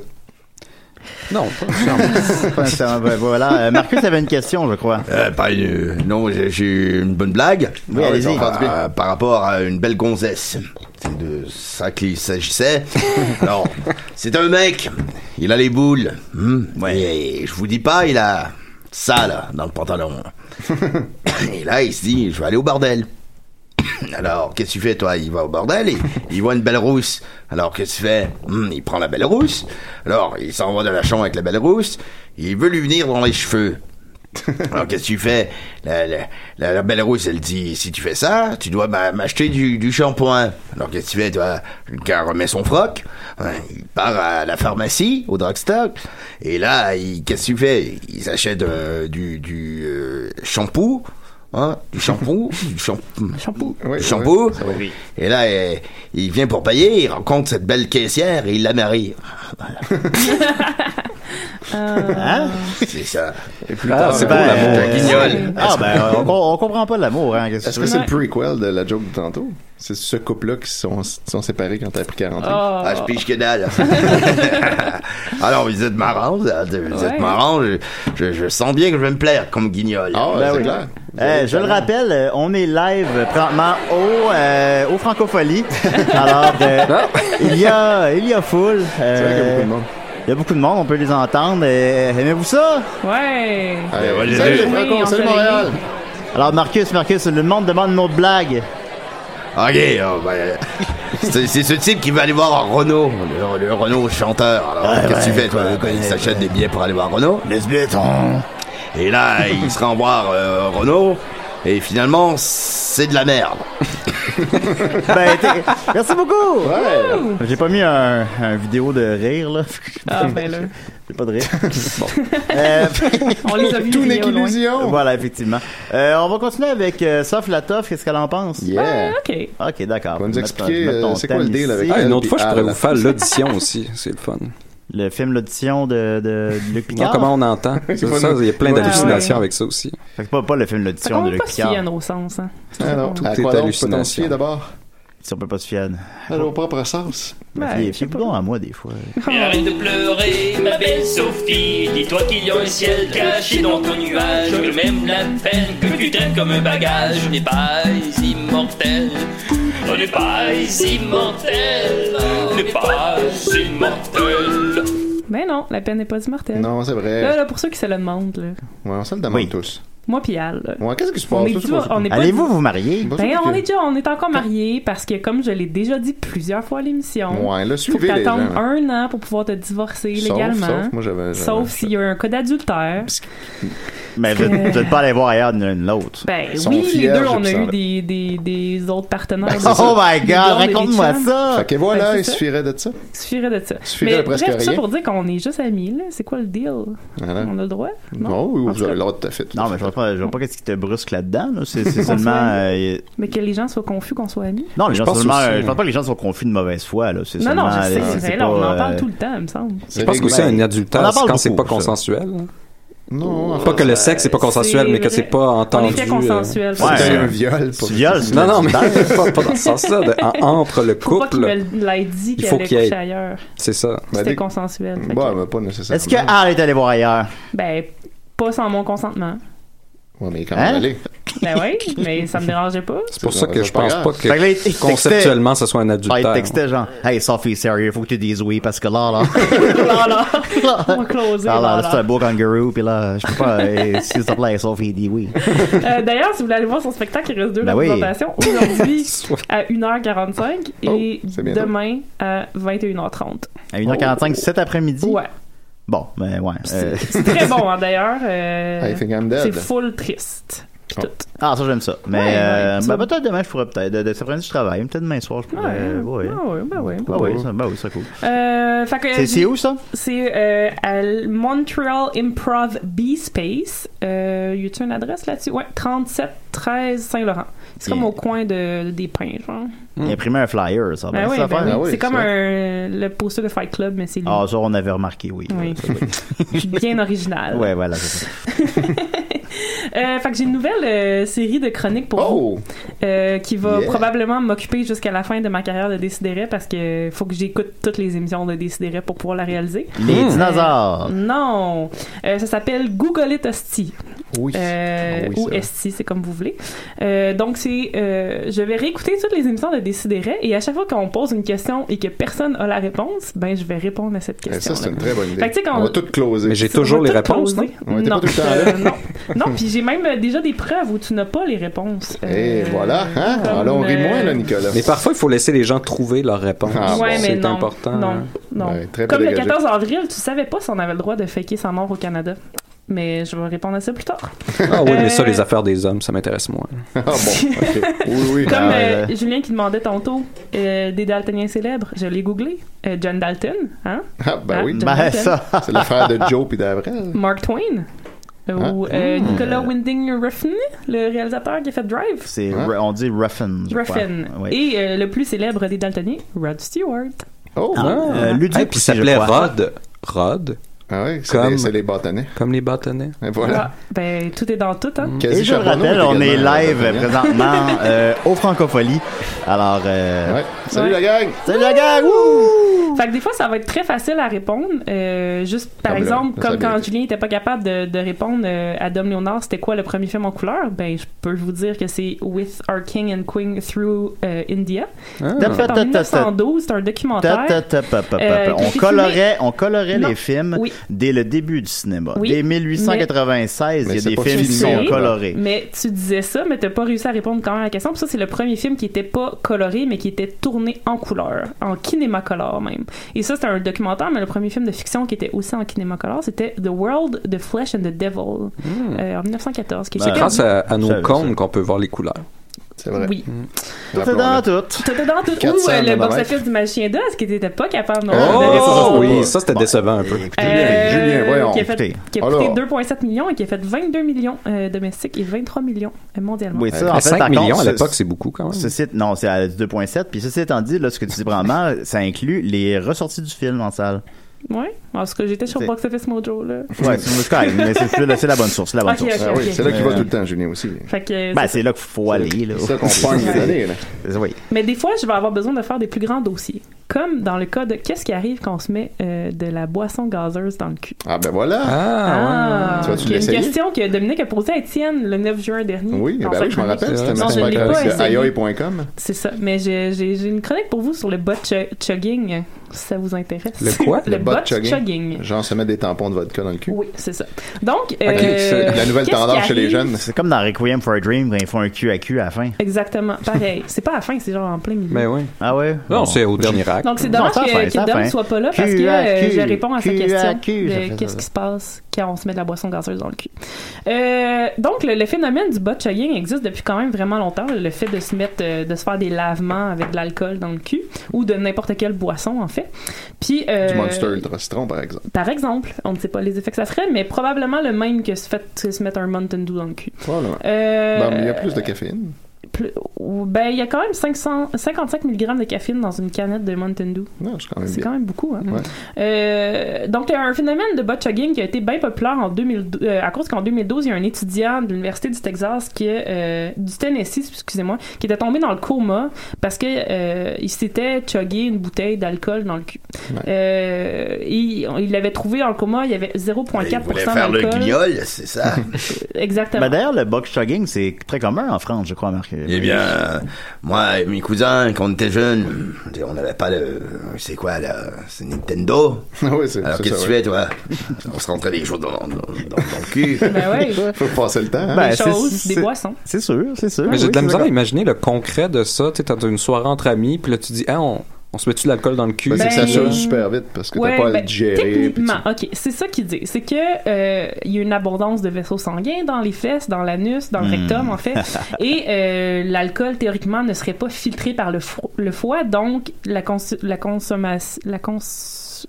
Non, pas nécessairement.
Pas nécessairement. Ben, voilà. Euh, Marcus avait une question, je crois.
Euh, pas une- non, j'ai- j'ai une bonne blague.
Oui, allez-y.
Euh, euh, par rapport à une belle gonzesse. C'est de ça qu'il s'agissait. Alors, c'est un mec. Il a les boules. Hmm. Et je vous dis pas, il a ça, là, dans le pantalon. Et là, il se dit, je vais aller au bordel. Alors, qu'est-ce que tu fais, toi Il va au bordel, il, il voit une belle rousse. Alors, qu'est-ce qu'il fait Hum, Il prend la belle rousse. Alors, il s'en va de la chambre avec la belle rousse. Il veut lui venir dans les cheveux. Alors, qu'est-ce que tu fais la, la- la- la belle rousse, elle dit, si tu fais ça, tu dois m'a- m'acheter du, du shampoing. Alors, qu'est-ce que tu fais toi Le gars remet son froc, hein, il part à la pharmacie, au drugstore, et là, il- qu'est-ce que tu fais Il s'achète euh, du, du euh, shampoo, hein, du shampoo, du shampoo, du shampoo. et là, euh, il vient pour payer, il rencontre cette belle caissière et il la marie.
Ah,
Hein?
C'est ça.
Et plus
Ah,
tard,
c'est
euh,
beau, l'amour.
euh,
Un guignol.
Ah, ben, on, on comprend pas l'amour, hein. qu'est-ce
Est-ce
que
que
tu
c'est
veux?
le préquel de la joke de tantôt? C'est ce couple-là qui sont, sont séparés quand t'as pris 40 ans.
Ah, je pige que dalle. Alors, vous êtes marrant, vous êtes vous êtes
Ouais.
marrant. Je, je- je sens bien que je vais me plaire comme guignol.
Ah, ouais,
Ben
c'est
oui.
clair.
Eh,
Euh, je le rappelle, euh, on est live euh, présentement au, euh, au Francophonie. Alors, euh, il y a, il y a foule.
Ah.
euh,
C'est vrai qu'il y a beaucoup de monde.
Il y a beaucoup de monde, on peut les entendre. Euh, Aimez-vous ça?
Ouais.
Allez,
ouais,
salut
j'ai-
les Franco,
Oui, on
salut
s'est
Montréal.
Alors, Marcus, Marcus, le monde demande notre blague.
Ok, oh, ben, c'est c'est ce type qui va aller voir Renault, le, le Renault chanteur. Alors,
Ouais,
qu'est-ce que tu
ouais,
fais, toi,
ouais,
quand il
ouais,
s'achète des billets pour aller voir Renault
Les bétons.
Et là, il se rend voir euh, Renault, et finalement, c'est de la merde.
Ben, t'es- merci beaucoup!
Euh,
Ouais.
J'ai pas mis un, un vidéo de rire, là.
Ah, ben là.
J'ai pas de rire. Bon. Euh,
On les a vus.
Tout
les
n'est
vidéos, loin.
qu'illusion.
voilà, effectivement. Euh, on va continuer avec euh, Saf Latoff, qu'est-ce qu'elle en pense?
Yeah.
OK.
Ok, d'accord.
On va nous
Mettre-
expliquer,
mettre ton
euh, c'est quoi
thème
le deal
ici.
avec
Ah, une autre fois, je pourrais
Ah,
vous faire l'audition aussi. C'est le fun.
Le film L'Audition de, de Luc
Non,
Picard.
comment on entend. C'est
pas
ça,
nous.
il y a plein
Ouais,
d'hallucinations
ouais.
avec ça aussi.
Fait que c'est pas, pas le film
Ça
L'Audition de
commence
Luc
pas si
Picard.
à nos sens. Hein.
Ah non,
Tout
à quoi donc
est
peut-on se
hallucination.
fier d'abord?
Si on peut pas se fier.
À nos propres sens.
Ben,
il
je sais
est
pas.
bon à moi, des fois.
Arrête de pleurer, ma belle Sophie. Dis-toi qu'il y a un ciel caché dans ton nuage. Que même la peine que tu traînes comme un bagage n'est pas immortel. On n'est pas immortel. On n'est pas immortel.
Mais Ben non, la peine n'est pas immortelle.
Non, c'est
Là,
vrai.
là, pour ceux qui se le demandent, là.
Ouais, on se le demande
Oui.
tous.
moi pis Al, là.
Ouais, qu'est-ce qui se passe?
on est,
Toi, c'est
toujours-
quoi,
on est pas
Allez-vous vous marier?
c'est pas
Ben,
ça
on
que-
est déjà, on est encore mariés parce que, comme je l'ai déjà dit plusieurs fois à l'émission,
Ouais, là,
faut que
suivez les gens.
t'attendes
là.
un an pour pouvoir te divorcer
Sauf,
légalement.
sauf, moi, j'avais... j'avais-
Sauf s'il y a eu un cas d'adultère.
Mais vous
Euh.
n'êtes pas aller voir ailleurs l'un de l'autre.
Ben
Ils sont
oui, les
fiers,
deux,
je
on a
sens.
eu des, des, des autres partenaires.
Oh my god,
Des blondes et des
raconte-moi
chums.
ça!
Fait que voilà,
Ben, c'est
il
ça.
suffirait de ça.
Suffirait de ça.
Suffirait
Mais
de presque
bref, tout ça
rien.
pour dire qu'on est juste amis, là. C'est quoi le deal?
Voilà.
On a le droit?
Non, oui, oui,
En tout
Oh, vous avez
cas.
le droit de te faire. tout
Non,
à
mais je
fait.
vois pas, je vois pas qu'est-ce qui te brusque là-dedans. là. C'est c'est seulement. euh,
Mais que les gens soient confus qu'on soit amis?
Non, les gens
pense
seulement.
aussi,
euh, je
ouais.
pense pas que les gens sont confus de mauvaise foi. Là. C'est
Non,
seulement,
non, je sais,
euh,
c'est
c'est
vrai, là, on
pas,
en parle
euh,
tout le temps, il me semble.
C'est
Je pense qu'aussi,
régulier.
un
On en
adultère,
parle
c'est quand c'est
beaucoup,
pas
ça.
consensuel.
Non,
Pas que le sexe, c'est pas consensuel, mais que
vrai.
c'est pas
On
entendu.
était
euh,
consensuel.
Ouais.
C'était
Euh,
un viol.
Tu violes, c'est
Non, non, mais
adultère.
pas, pas dans ce sens-là. de- en- entre le
Faut pas qu'il
couple,
me l'ait dit
Il
qu'elle
faut
allait
qu'il y
coucher
ait-
ailleurs.
c'est ça.
Ben,
C'était
dès-
consensuel. fait
Bah,
que-
mais pas nécessairement.
Est-ce que Al est allé voir ailleurs?
Ben, pas sans mon consentement.
Ouais, mais quand
Hein?
même, allez.
Ben oui, mais ça me dérangeait pas.
C'est pour ça que je
pas
pense
grave.
pas
Fait que là, il- il
que
textait-
conceptuellement, ce soit un
Ah, il te
adultère.
textait genre, hey Sophie, sérieux, faut que tu dises oui parce que là, là.
Là, là, on va closer.
Ah
là,
là,
là.
c'est un beau kangaroo, puis là, je peux pas, euh, s'il te plaît, Sophie, dis oui.
Euh, D'ailleurs, si vous voulez aller voir son spectacle, il reste deux
Ben oui.
représentations. Aujourd'hui, à 1h45 et
Oh, c'est bientôt.
demain à 21h30.
À 1h45 cet après-midi?
Ouais.
Bon, ben ouais. euh,
C'est très bon, hein, d'ailleurs. Euh,
I think I'm
c'est
dead.
full triste. Pis
Oh.
tout.
ah, ça, j'aime ça. Mais
Ouais, ouais,
euh,
tu
ben,
vas-
peut-être demain, je pourrais peut-être. De, de cet après-midi, je travaille. Peut-être demain soir, je
Ouais,
pourrais. euh, ouais.
ouais, ouais, ben ouais.
Ah oui, ça, ben oui, ça cool.
Euh, fait que-
C'est- C'est où ça?
C'est euh, à l- Montreal Improv B-Space. Euh, y a-tu une adresse là-dessus? Ouais, 3713 Saint-Laurent. C'est comme
Yeah.
au coin de, des pins, genre.
Imprimer un flyer, ça.
Ben
ben,
Hmm. oui,
ça
ben
affaire.
oui.
Ah oui,
c'est comme
ça.
un, le poster de Fight Club, mais c'est lui.
Ah, ça, on avait remarqué, oui.
Oui. Bien original.
Ouais, voilà, c'est ça.
Euh, fait que j'ai une nouvelle euh, série de chroniques pour vous
Oh!
euh, qui va
Yeah.
probablement m'occuper jusqu'à la fin de ma carrière de Décideret parce que faut que j'écoute toutes les émissions de Décideret Hmm. pour pouvoir la réaliser.
Ah. Les dinosaures!
Non! Euh, ça s'appelle Google It Hostie.
Oui. Eh,
Euh,
Ah Oui,
ou
ça.
ST, c'est comme vous voulez. Euh, donc, c'est, euh, je vais réécouter toutes les émissions de Décideret et à chaque fois qu'on pose une question et que personne a la réponse, ben, je vais répondre à cette
Eh,
question.
Ça, c'est une très bonne idée.
Fait que, tu sais, quand
on
on-
va tout closer.
Mais j'ai toujours les réponses, non?
Ouais, t'es pas tout le temps
euh,
là.
non. Non, puis j'ai même euh, déjà des preuves où tu n'as pas les réponses.
Et
Euh,
voilà, hein?
comme,
Alors, on rit
euh,
moins, là, Nicolas.
Mais parfois, il faut laisser les gens trouver leurs réponses.
Ah,
ouais, mais
c'est
non,
important.
Non,
hein.
non.
Ouais, très
Comme le
pédagogique.
14 avril, tu savais pas si on avait le droit de faker sa mort au Canada. Mais je vais répondre à ça plus tard.
Ah oui, mais ça,
Euh,
les affaires des hommes, ça m'intéresse moins.
Ah bon, ok. Oui, oui.
Comme
Ah,
euh,
ouais.
Julien qui demandait tantôt euh, des Daltoniens célèbres, je l'ai googlé. Euh, John Dalton, hein?
Ah, ben
hein,
oui.
John
Ben,
Dalton.
ça.
C'est le frère de Joe puis d'Avril.
Mark Twain. Euh,
Hein?
Ou euh, Nicolas Winding Refn, le réalisateur qui a fait Drive.
C'est,
Hein?
ru- on dit Ruffin. je crois.
Ruffin.
Oui.
Et euh, le plus célèbre des Daltoniens, Rod Stewart.
Oh!
Ah,
Euh, Luduc
Hey, puis
aussi,
il s'appelait
je crois.
Rod. Rod,
Ah oui, c'est
Comme-
les- c'est les bâtonnets.
comme les bâtonnets.
Et voilà.
Ah, ben, tout est dans tout, hein?
Quasi
Et je le
Charbonneau
rappelle, on est
également,
live
hein?
bâtonnet.
présentement euh, au Francophonie. Alors, euh,
Ouais. Salut
Ouais.
la gang!
salut la gang! Wouh!
Fait que des fois, ça va être très facile à répondre. Euh, juste, par
Comme là,
exemple,
ça a
comme
bien
quand
été.
Julien n'était pas capable de, de répondre euh, à Dom Léonard, c'était quoi le premier film en couleur? Ben, je peux vous dire que c'est With Our King and Queen Through euh, India.
Ah.
Ta- ta-
Fait
ta- ta-
en
ta-
1912, c'est un
ta- ta-
documentaire.
ta- pa- pa-
Euh,
pa-
qui
On
était
colorait, on colorait
Non.
les films
Oui.
dès le début du cinéma.
Oui,
Dès 1896,
mais
il y a
c'est
des
pas
films qui
filmé.
sont colorés.
Mais tu disais ça, mais t'as pas réussi à répondre quand même à la question. Puis ça, c'est le premier film qui était pas coloré, mais qui était tourné en couleur, en kinémacolore même. Et ça, c'était un documentaire, mais le premier film de fiction qui était aussi en kinémacolore, c'était The World, The Flesh and the Devil, euh, en 1914. Qui est
Ben,
perdu.
Grâce à, à
Ça, ça.
nos cônes qu'on peut voir les couleurs.
C'est vrai.
Oui.
Tout est dans tout.
T'étais dans tout. Ou
400
euh, le
nanomètres.
box-office du Magicien d'Oz, qui t'étais pas capable non
Oh,
plus de
ça,
répondre.
oui, Ah, ça c'était
Bon.
décevant un peu.
Euh,
Julien, voyons,
qui a fait,
écoutez.
qui a coûté
Alors.
2,7 millions et qui a fait 22 millions euh, domestiques et 23 millions euh, mondialement.
Oui, ça,
À
en fait,
5
par
millions
contre,
à
ce-
l'époque, c'est beaucoup quand même.
Ceci, non, c'est à 2.7. Puis ceci étant dit, là, ce que tu dis vraiment, ça inclut les ressorties du film en salle.
Ouais, parce que j'étais sur
C'est-
Box Office Mojo là.
Ouais, c'est correct, mais c'est c'est la- c'est la bonne source, c'est la bonne
Ok,
source.
ok.
Ah oui, c'est là qu'il va
Euh,
tout le temps, Julien aussi.
Fait que
Ben,
c'est-
c'est là qu'il faut aller, là.
C'est ça qu'on pogne cette année, là.
Oui.
mais des fois, je vais avoir besoin de faire des plus grands dossiers. Comme dans le cas de qu'est-ce qui arrive quand on se met euh, de la boisson gazeuse dans le cul.
Ah ben voilà!
Ah,
Ah,
Tu vas-tu
il y a une
l'essayer?
question que Dominique a posée à Étienne le 9 juin dernier.
Oui, eh
dans
ben
sa
oui, je m'en
chronique.
rappelle, c'était
Non,
ma
je
super
l'ai
chronique
pas
de
essayé.
ayoy.com.
C'est ça. Mais j'ai j'ai- j'ai une chronique pour vous sur le bot chu- chugging, si ça vous intéresse.
Le quoi?
Le, bot chugging.
Genre se mettre des tampons de vodka dans le cul.
Oui, c'est ça. Donc, euh,
c'est
La nouvelle
qu'est-ce
tendance
qui
chez les
arrive?
jeunes.
C'est comme dans Requiem for a Dream, quand ils font un cul à cul à la fin.
Exactement. Pareil. C'est pas à la fin, c'est genre en plein milieu.
Mais Ben oui.
Ah ouais?
Non, c'est au dernier acte.
Donc, c'est
Non,
dommage
ça fait,
que,
ça
que Dom
fait.
ne soit pas là parce
Cul
que
à
euh,
cul,
je réponds à sa
cul à
question
cul, ça fait
de
ça,
qu'est-ce
ça.
qui se passe quand on se met de la boisson gazeuse dans le cul. Euh, donc, le, le phénomène du butt chugging existe depuis quand même vraiment longtemps. Le fait de se mettre, euh, de se faire des lavements avec de l'alcool dans le cul ou de n'importe quelle boisson, en fait. Puis, euh,
Du Monster Ultra Citron, par exemple.
par exemple, on ne sait pas les effets que ça ferait, mais probablement le même que se, fait, que se mettre un Mountain Dew dans le cul.
Probablement.
Euh,
Bon, mais il y a plus de caféine.
plus- ou- ben, il y a quand même 500 55 mg de caféine dans une canette de Mountain Dew.
Non, c'est quand même
C'est
bien.
quand même beaucoup. Hein?
Ouais.
Euh, donc, il y a un phénomène de butt chugging qui a été bien populaire en 2012, euh, à cause qu'en 2012, il y a un étudiant de l'Université du Texas, qui est, euh, du Tennessee, excusez-moi, qui était tombé dans le coma parce que euh, il s'était chuggé une bouteille d'alcool dans le cul.
Ouais.
Euh, il il l'avait trouvé dans le coma, il y avait
Ben, Il
0,4%
voulait faire le
d'alcool.
guignol, c'est ça.
Exactement.
Ben, d'ailleurs, le box chugging, c'est très commun en France, je crois, Marc.
Eh bien, euh, moi et mes cousins, quand on était jeunes, on n'avait pas le... C'est quoi, là? C'est Nintendo?
Ah oui, c'est
Alors,
c'est
qu'est-ce que
ça,
tu fais, toi? On se rentrait des choses dans, dans- dans- dans le cul.
Ben ouais,
ouais. Faut passer le temps, hein.
Ben,
des
c'est-
choses, des
c'est-
boissons.
C'est sûr, c'est sûr.
Mais j'ai
oui,
de la
c'est
misère à
d'accord.
imaginer le concret de ça. Tu sais, t'as une soirée entre amis, puis là, tu dis, ah, on, on se met-tu de l'alcool dans le cul?
Ben, c'est que ça
Ben,
saute super vite parce que t'as
Ouais,
pas à le
ben,
digérer. puis
Techniquement, ok, c'est ça qu'il dit. C'est que euh, il y a une abondance de vaisseaux sanguins dans les fesses, dans l'anus, dans le
Hmm.
rectum en fait, et euh, l'alcool théoriquement ne serait pas filtré par le, fro- le foie, donc la, cons- la consommation, la cons,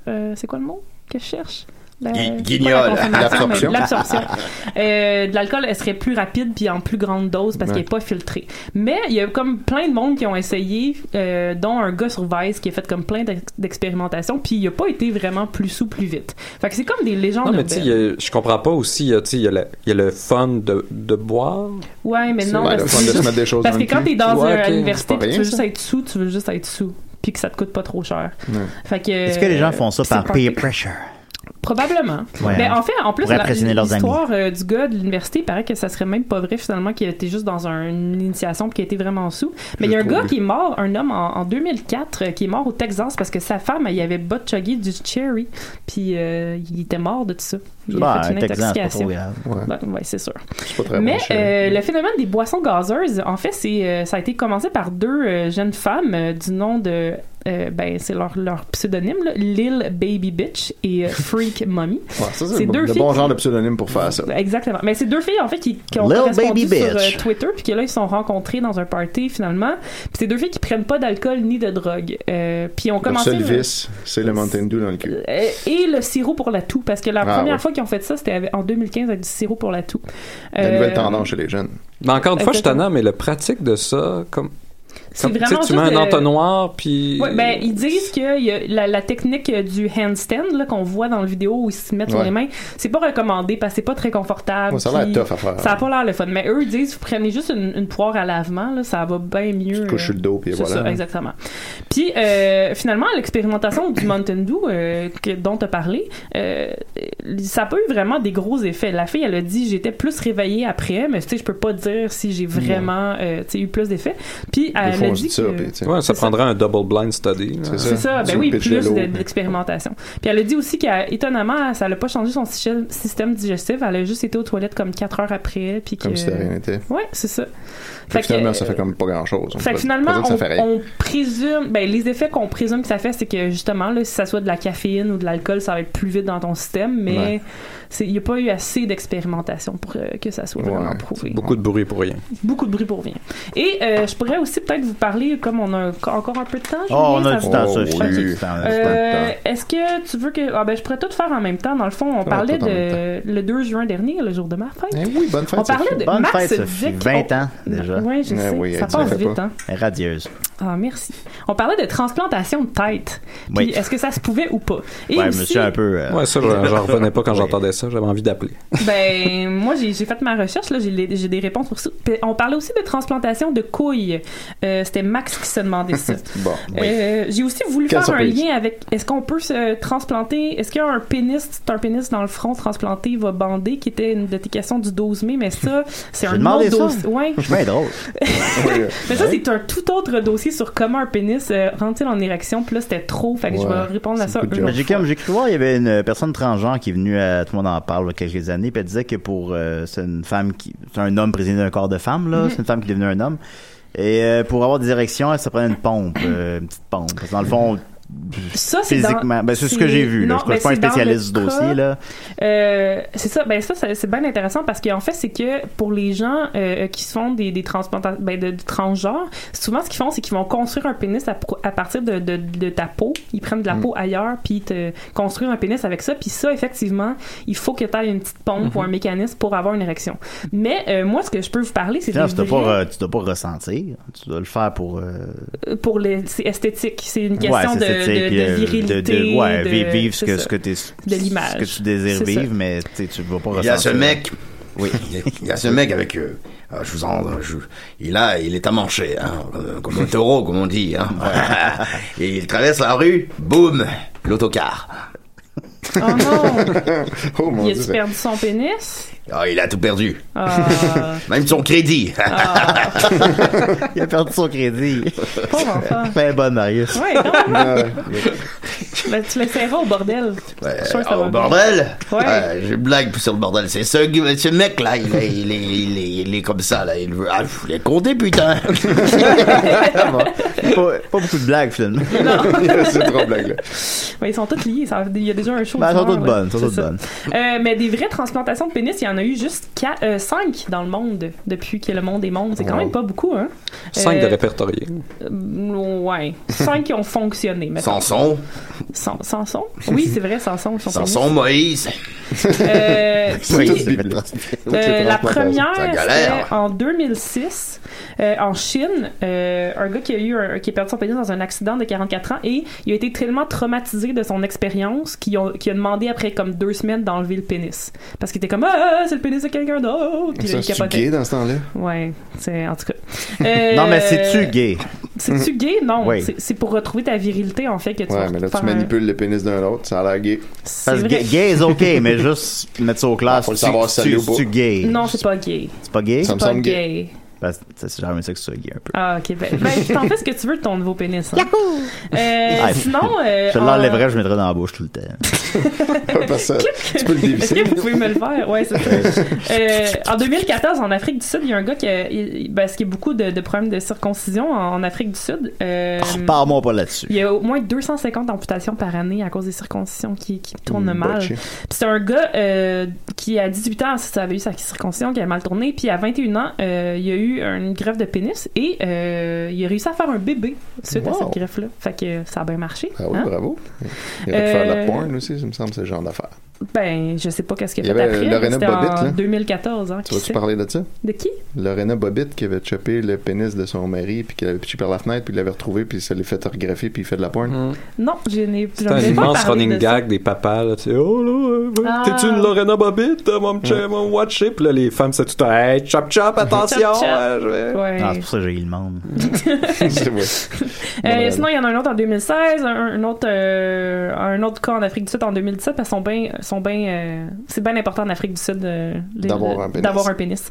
euh, c'est quoi le mot que je cherche? La-
Gui-
pas la
guignol.
consommation, mais
L'absorption.
L'absorption. Euh, de l'alcool, elle serait plus rapide puis en plus grande dose parce
Ouais.
qu'il n'est pas filtré. Mais il y a comme plein de monde qui ont essayé, euh, dont un gars sur Vice qui a fait comme plein d'ex- d'expérimentations, puis il n'a pas été vraiment plus sous, plus vite. Fait que c'est comme des légendes
Non, mais tu sais, il y
urbaines.
a- je comprends pas aussi, il y a, tu sais, il y a le- il y a le fun de, de boire.
Ouais, mais
tu-
non,
Ouais, le
parce,
fun de
que-
se Ben, mettre des choses
parce
dans le
que quand
cul.
t'es dans
Ouais,
une
ok,
l'université
c'est pas
tu
rien,
veux juste
ça.
être sous, tu veux juste être sous, puis que ça te coûte pas trop cher.
Ouais.
Fait que...
Est-ce que les gens font ça
c'est
par
pas-
peer pressure?
Probablement.
Ouais,
Mais
hein.
en fait, en plus,
Pour
la-
impressionner leurs amis.
l'histoire euh, du gars de l'université il paraît que ça serait même pas vrai finalement qu'il était juste dans un- une initiation puis qu'il était vraiment sous. Mais il y a un gars qui est mort, un homme en, en 2004 euh, qui est mort au Texas parce que sa femme, il avait botchoggy du cherry puis euh, il était mort de tout ça. Il a
Bah,
fait une
un Texan, c'est pas trop
intoxication.
grave.
Ouais, ouais, c'est sûr.
pas très
Mais
bon chien.
euh, le phénomène des boissons gazeuses, en fait, c'est euh, ça a été commencé par deux euh, jeunes femmes euh, du nom de euh, ben c'est leur, leur pseudonyme là, Lil Baby Bitch et euh, Freak Mommy.
Ouais, ça,
c'est
c'est
deux
le, le
filles
bon
qui-
genre de pseudonyme pour faire ça.
Exactement. Mais c'est deux filles en fait qui, qui ont
Lil
répondu
Baby
sur euh,
Bitch.
Twitter puis que là ils se sont rencontrées dans un party finalement. Puis c'est deux filles qui prennent pas d'alcool ni de drogue. Euh, puis ont
Leur
commencé
seul
le-
vice, c'est le Mountain Dew dans le cul.
euh, et le sirop pour la toux parce que la
Ah,
première
ouais.
fois qu'ils ont fait ça c'était avec- en 2015 avec du sirop pour la toux.
La
Euh,
nouvelle tendance chez les jeunes.
Mais encore une fois, je suis
Exactement.
tannant, mais le pratique de ça, comme.
C'est
comme tu sais,
vraiment
tu mets un
juste, euh,
entonnoir, puis.
Ouais, ben, ils disent que il y a la, la technique euh, du handstand là, qu'on voit dans la vidéo où ils se mettent sur
Ouais.
les mains, c'est pas recommandé parce que c'est pas très confortable.
Ouais, ça a l'air
puis
tough à faire.
Ça a pas l'air le fun. Mais eux, ils disent vous prenez juste une, une poire à lavement, là, ça va bien mieux.
couches sur le dos, puis
c'est
voilà.
ça, exactement. Puis euh, finalement, l'expérimentation du Mountain Dew euh, que- dont tu as parlé, euh, ça peut eu vraiment des gros effets. La fille, elle a dit j'étais plus réveillée après, mais tu sais, je peux pas dire si j'ai vraiment euh, tu sais, eu plus d'effets. Puis
Des
elle
fois,
a
on
dit
se dit ça,
que-
puis, tu
Ah,
sais. Ouais, ça prendrait un double blind study. là.
c'est ça, ben oui, plus de- d'expérimentation. Puis elle a dit aussi qu'étonnamment, ça n'a pas changé son système système digestif. Elle a juste été aux toilettes comme 4 heures après. Puis que...
Comme si de rien n'était.
Ouais, c'est ça.
Fait que finalement,
euh,
ça fait comme pas grand chose.
fait que finalement, on, on présume, ben, les effets qu'on présume que ça fait, c'est que justement, là, si ça soit de la caféine ou de l'alcool, ça va être plus vite dans ton système, mais
Ouais.
c'est il n'y a pas eu assez d'expérimentation pour euh, que ça soit vraiment prouvé.
Beaucoup de bruit pour rien.
Beaucoup de bruit pour rien. Et euh, je pourrais aussi peut-être vous parler, comme on a enco- encore un peu de temps.
Oh,
Julien,
on a
ça
du
va?
temps, ça.
Ok.
je pense qu'il y a du temps, là.
Euh, Est-ce que tu veux que. Ah, ben, je pourrais tout faire en même temps. Dans le fond, on parlait
tout en
de le 2 juin dernier, le jour de ma fête.
oui, bonne
On parlait de
Bonne
Max
fête, Sophie.
Vick.
20
On-
ans, déjà.
Ouais, je sais, ça
elle dit,
passe
fait
vite,
pas.
hein.
Elle est Radieuse.
Ah, merci. On parlait de transplantation de tête. Puis,
Oui.
est-ce que ça se pouvait ou pas? Et
je
aussi,
euh,
Ouais, ça, j'en j'en revenais pas quand j'entendais ça. J'avais envie d'appeler.
Ben, moi, j'ai j'ai fait ma recherche, là, j'ai les- j'ai des réponses pour ça. Puis on parlait aussi de transplantation de couilles. Euh, C'était Max qui se demandait ça.
Bon.
Euh, j'ai aussi voulu
Quelle
faire
surprise.
un lien avec est-ce qu'on peut se transplanter est-ce qu'il y a un pénis c'est un pénis dans le front transplanté il va bander qui était une de tes questions du 12 mai mais ça c'est
J'ai
un autre
demandé ça.
dossier ouais
Je suis bien drôle.
mais ça c'est un tout autre dossier sur comment un pénis euh, rentre-t-il en érection puis là c'était trop fait que je
Ouais.
vais répondre à ça une
Mais
autre
J'ai
fois.
comme j'ai cru voir il y avait une personne transgenre qui est venue à tout le monde en parle il y a quelques années puis elle disait que pour euh, c'est une femme qui c'est un homme présidé d'un corps de femme là
Mhm.
c'est une femme qui est devenue un homme et euh, pour avoir des érections elle se prenait une pompe euh, une petite pompe parce que dans le fond
Ça, c'est
physiquement
dans-
ben, c'est ce que j'ai vu là.
Non,
je ne suis
ben,
pas un
c'est dans
spécialiste
le
du dossier
cas-
là
Euh, c'est ça, ben ça, ça, c'est bien intéressant parce qu'en fait, c'est que pour les gens euh, qui se font des, des transplantations, ben de, de transgenres, souvent ce qu'ils font, c'est qu'ils vont construire un pénis à, pro- à partir de, de, de ta peau. Ils prennent de la
Mm.
peau ailleurs, puis ils te construisent un pénis avec ça. Puis ça, effectivement, il faut que tu aies une petite pompe
Mhm.
ou un mécanisme pour avoir une érection. Mais euh, moi, ce que je peux vous parler, c'est
Finalement,
des
tu dois
vrais-
pas euh, tu dois pas ressentir tu dois le faire pour euh,
euh, pour les, c'est esthétique. C'est une question
ouais,
de,
c'est ça, tu sais,
de,
puis,
de
euh,
virilité.
de- ouais,
de-
vivre, vivre ce
c'est
que
ça.
ce que t'es-
de l'image.
ce que tu désires
C'est ça.
vivre mais tu sais, tu vas pas ressentir
Il y a ce mec.
Oui.
Il y a ce mec avec. euh, euh, je vous en. je- il a, il est amanché, hein, euh, comme un taureau, comme on dit. Hein. Et il traverse la rue, boum, l'autocar.
Oh non!
Oh
Il a-tu perdu son pénis?
il a tout perdu.
Ah.
Même son crédit.
il a perdu son crédit
Pauvre enfant.
ben bonne Marius
Ah. Ouais, quand même. Ben, tu l'essaieras au bordel. Je suis sûr que ça
Euh, Au
va
bordel
bien. Ouais.
Ouais, Je blague sur le bordel. C'est ce, ce mec-là, il est, il, est, il, est, il est comme ça, là. Il veut. Ah, je voulais compter, putain
pas, pas beaucoup de blagues finalement.
C'est trop
blague
là.
Ouais, ils sont tous liés. ça- il y a déjà un show.
Ben, elles
du
sont
soir,
toutes
ouais.
bonnes, elles sont
C'est
toutes
ça.
bonnes.
Euh, mais des vraies transplantations de pénis, il y en a eu juste 5 dans le monde depuis que le monde est monde. C'est quand
Wow.
même pas beaucoup, hein?
Cinq
Euh,
de répertoriés.
euh, Ouais. 5 qui ont fonctionné. mettons.
Samson.
Sam- Samson? Oui, c'est vrai, Samson. son
Samson,
pénis.
Moïse.
Euh,
Oui.
puis- Euh, la première,
Ça galère.
c'était en 2006, euh, en Chine, euh, un gars qui a eu un- qui a perdu son pénis dans un accident de 44 ans et il a été tellement traumatisé de son expérience qu'il a, qu'il a demandé après comme deux semaines d'enlever le pénis parce qu'il était comme ah c'est le pénis de quelqu'un d'autre. Puis là,
Ça,
il
c'est
capotait.
gay dans ce temps-là.
Ouais, c'est en tout cas. Euh,
Non, mais c'est-tu gay?
C'est-tu gay? Non.
Mm-hmm. Oui.
C'est- C'est pour retrouver ta virilité, en fait, que tu vas
Ouais, mais là,
faire
tu
un-
manipules le pénis d'un autre, ça a l'air gay.
Parce que vrai.
gay is ok, mais juste mettre ça au clair.
Faut le savoir,
c'est-
salut ou
c'est-
pas.
C'est gay.
Non, c'est pas gay.
C'est pas gay?
Ça me
Pas
semble gay.
gay.
Parce que c'est jamais ça que c'est gay un peu.
Ah, ok. Ben, ben, t'en fais ce que tu veux de ton nouveau pénis. hein. Euh,
Ah,
sinon. euh,
Je
en-
l'enlèverais, je le mettrais dans la bouche tout le temps.
Parce que tu peux le
Est-ce
dévisser.
que vous pouvez me le faire? Ouais, c'est ça. Euh, en 2014, en Afrique du Sud, il y a un gars qui a, il- il- parce qu'il y a beaucoup de, de problèmes de circoncision en, en Afrique du Sud. Euh,
Ah,
Parle-moi pas là-dessus.
il y a au moins 250 amputations par année à cause des circoncisions qui, qui tournent
Mm,
mal.
botché.
Puis c'est un gars euh, qui, à 18 ans, ça avait eu sa circoncision qui a mal tourné. Puis à 21 ans, euh, il y a eu une greffe de pénis et euh, il a réussi à faire un bébé suite à
Wow.
cette greffe-là. Fait que ça a bien marché.
Ah oui,
hein?
bravo. Il aurait pu faire de
Euh,
la porn aussi, ça me semble, ce genre d'affaires.
Ben, je sais pas qu'est-ce qu'il a
Il y
fait
avait
après. mais
Lorena
C'était
Bobbitt,
en
là.
2014. Hein,
Tu
qui
vas-tu
sait?
parler de ça?
De qui?
Lorena Bobbitt qui avait chopé le pénis de son mari, puis qu'il avait pitché par la fenêtre, puis il l'avait retrouvé, puis ça l'est fait greffer, puis il fait de la porn.
Mm.
Non, je n'ai
C'est
j'en
un
ai pas
immense
parlé
running
de Ah ça.
gag des papas. Là, tu sais, oh là, euh,
Ah.
t'es-tu une Lorena Bobbitt? euh, Mon chum, mon watch it. Puis là, les femmes, c'est tout un hey, chop chop, attention.
Chop, chop.
euh, je vais-
Ouais.
Ah, c'est pour ça que j'ai eu le monde.
C'est vrai.
Euh, sinon, il y en a un autre en 2016, un, un autre, euh, un autre cas en Afrique du Sud en 2017, parce qu'ils sont bien, sont bien, euh, c'est bien important en Afrique du Sud euh, les-
D'avoir
le-
un pénis.
d'avoir un pénis.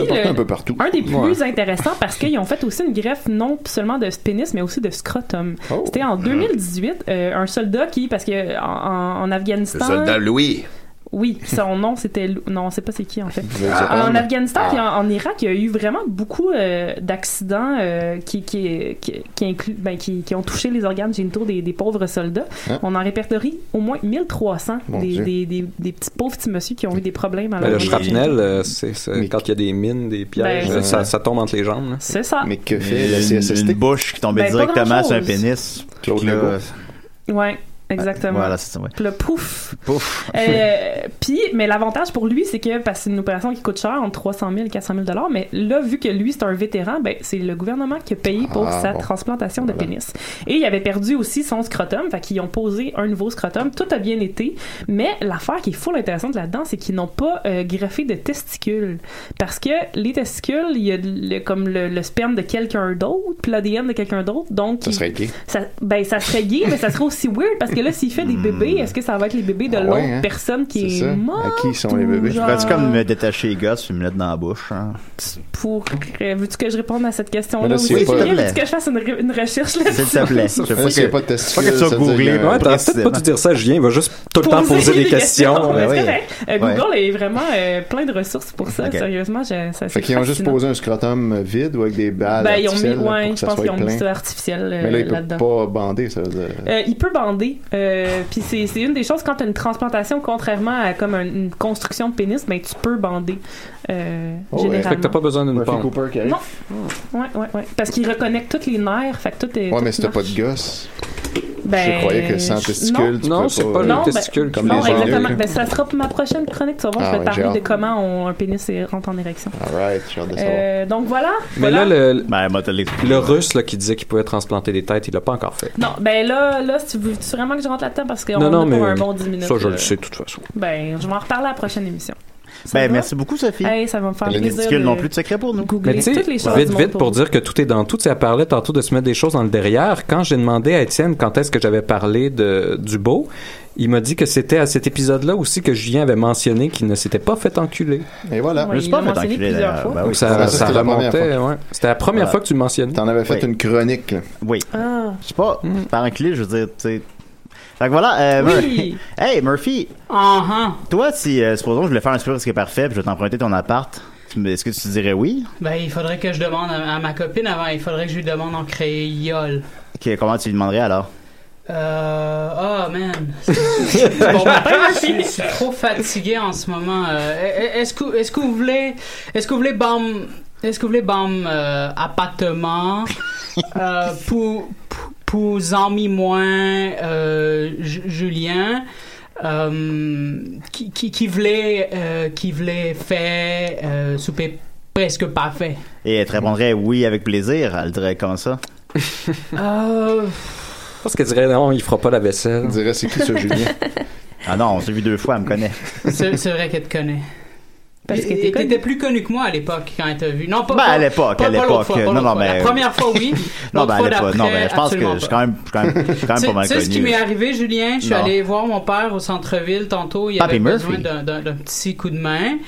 C'est important
le-
un peu partout.
un des plus
Ouais.
intéressants parce qu'ils ont fait aussi une greffe non seulement de pénis mais aussi de scrotum.
Oh.
C'était en 2018, euh, un soldat qui parce que euh, en, en
Le
Afghanistan,
soldat Louis.
oui, son nom c'était Lou- non, on sait pas c'est qui en fait.
Je vais dire,
En
ah,
Afghanistan puis en, en Irak, il y a eu vraiment beaucoup euh, d'accidents euh, qui, qui, qui, qui, inclu- ben, qui, qui ont touché les organes génitaux des, des pauvres soldats.
Hein?
On en répertorie au moins 1300
Mon
des,
Dieu.
des, des, des petits pauvres petits messieurs qui ont eu des problèmes à
Ben, le
leur
shrapnel, euh, c'est, c'est
Mais-
quand il y a des mines, des pièges,
Ben,
euh, ça, ça tombe entre les jambes. là.
C'est ça.
Mais que fait la
Une, une
CSST?
bouche qui tombait
Ben, pas
directement sur un
grand-chose.
pénis.
Claude
Puis là,
Legault.
Ouais, exactement.
Voilà, c'est ça, ouais.
Puis Le pouf.
Pouf.
Euh, Puis, mais l'avantage pour lui, c'est que parce que c'est une opération qui coûte cher, entre 300 000 et 400 000 dollars, mais là, vu que lui, c'est un vétéran, ben, c'est le gouvernement qui a payé pour
Ah,
sa
bon.
transplantation de
Voilà.
pénis. Et il avait perdu aussi son scrotum, fait qu'ils ont posé un nouveau scrotum. Tout a bien été, mais l'affaire qui est full intéressante là-dedans, c'est qu'ils n'ont pas euh, greffé de testicules. Parce que les testicules, il y a le- comme le, le sperme de quelqu'un d'autre, puis l'ADN de quelqu'un d'autre, donc
Ça
ils-
serait gay.
ça, ben, ça serait gay, mais ça serait aussi weird parce que là, s'il fait des bébés, est-ce que ça va être les bébés de
Hmm. Ah ouais,
l'autre
hein?
personne qui est,
C'est ça.
morte?
À qui sont
ou
les bébés?
genre-
Ferais-tu comme me détacher les gosses puis me mettre dans la bouche? hein?
Pour... euh, Veux-tu que je réponde à cette
Mais
question-là
là,
aussi?
s'il y a pas-
Pierre? Veux-tu que je fasse une, re- une recherche
S'il
là-dessus?
te plaît. Je
Faut qu'il n'y ait pas
Faut
de
que
testicules.
tu
ça
sois
veut dire euh,
googlé,
qu'il y a un-
Ouais, t'aurais peut-être pas
précisément.
dû dire ça, Julien. Il va juste tout le temps poser des
Mais
questions.
Ben
c'est
oui.
correct. Euh,
Ouais.
Google est vraiment euh, plein de ressources pour ça.
Ok.
Sérieusement, je, ça
Fait
c'est
qu'ils ont juste
fascinant.
posé un scrotum vide ou avec des balles.
Ben, ils ont mis,
artificielles, là, pour
ouais,
que
je
ça
pense
soit
qu'ils ont mis
plein.
ça artificiel euh,
Mais là, il peut
là-dedans.
pas bander, ça veut dire.
Euh, il peut bander. Euh, Puis c'est c'est une des choses, quand tu une transplantation, contrairement à comme un- une construction de pénis, ben, tu peux bander. Euh,
Oh, ouais.
généralement.
Fait que t'as pas besoin d'une
Murphy
pompe.
Cooper qui arrive.
Non. Ouais, ouais, ouais. Parce qu'il reconnecte tous les nerfs, fait que tout est.
Ouais,
tout
mais si t'as pas
marche.
de gosse,
Ben,
je croyais que sans
je-
testicules, tu
Non,
peux
c'est
pas.
pas
Non,
le
non,
testicule
ben,
comme
non,
les gens.
exactement. Ben, ça sera pour ma prochaine chronique. Tu vas voir,
Ah,
je vais
ouais, j'ai
parler de
hâte. Ah,
comment on- un pénis est- rentre en érection.
Alright, j'ai hâte de savoir.
Euh, donc voilà.
Mais
voilà.
là, le,
Ben, moi, t'as l'expliqué.
le russe là, qui disait qu'il pouvait transplanter des têtes, il l'a pas encore fait.
Non, ben là, là, si tu veux tu veux vraiment que je rentre là-dedans parce qu'on
Non, non,
a
mais
pour un bon 10 minutes.
Ça, je
euh,
le sais de toute façon.
Ben, je vais en reparler à la prochaine émission. Ça
Ben,
va?
merci beaucoup, Sophie.
Hey, ça va me faire
Les
plaisir.
testicules
de-
n'ont plus de secret pour nous.
googler
Mais tu sais,
toutes les choses.
vite,
du
vite,
monde
pour dire que tout est dans tout. Tu sais, elle parlait tantôt de se mettre des choses dans le derrière. Quand j'ai demandé à Étienne quand est-ce que j'avais parlé de, du beau, il m'a dit que c'était à cet épisode-là aussi que Julien avait mentionné qu'il ne s'était pas fait enculer.
Euh,
Et voilà.
Ouais.
Je
il
suis pas
l'a
fait
mentionné
enculer
plusieurs
d'ailleurs.
fois.
Ben
Donc,
oui.
ça,
Ah Ça,
ça
c'était la première
remontait. ouais. C'était la première
Voilà.
fois que tu le mentionnais.
T'en avais fait
Oui.
une chronique, là.
Oui.
Ah.
Je sais pas, par un clic, je veux dire, tu sais. Fait que voilà, euh,
Oui.
Mur- hey Murphy,
Uh-huh.
toi, si, euh, supposons que je voulais faire un super risque parfait, puis je vais t'emprunter ton appart, tu me- est-ce que tu dirais oui?
Ben, il faudrait que je demande à, à ma copine avant, il faudrait que je lui demande en créole.
Ok, comment tu lui demanderais alors?
Euh. Oh man. C'est- bon matin, je suis- je suis trop fatigué en ce moment. Euh, est- est-ce que, est-ce que vous voulez. Est-ce que vous voulez bam. Est-ce que vous voulez bam euh, appartement euh, pour. pour- pour amis moins euh, Ju- Julien. euh, qui, qui, qui voulait euh, qui voulait faire euh, souper presque parfait.
Et elle te répondrait oui avec plaisir, elle dirait comme ça.
Ah,
Euh,
Parce qu'elle dirait non, il fera pas la vaisselle.
On dirait c'est qui ce Julien
Ah non, on s'est vu deux fois, elle me connaît.
c'est c'est vrai qu'elle te connaît.
Parce que
Et-
t'es
et
connu.
t'étais plus connu que moi à l'époque quand t'as vu. Non, pas,
Ben,
pas-
à l'époque,
pas-
à
pas l'autre
l'époque.
fois, pas
Non,
l'autre
non,
fois.
mais-
La première fois, oui.
Non,
L'autre
ben, à
fois
l'époque, non,
d'après,
ben, je pense que
absolument
je suis
pas.
quand même, je suis quand même, je suis quand même
Tu
pas mal
tu sais ce qui
connu.
m'est arrivé, Julien? Je suis
Non.
allé voir mon père au centre-ville tantôt. Il
Papi
avait besoin
Murphy.
d'un- d'un d'un petit coup de main.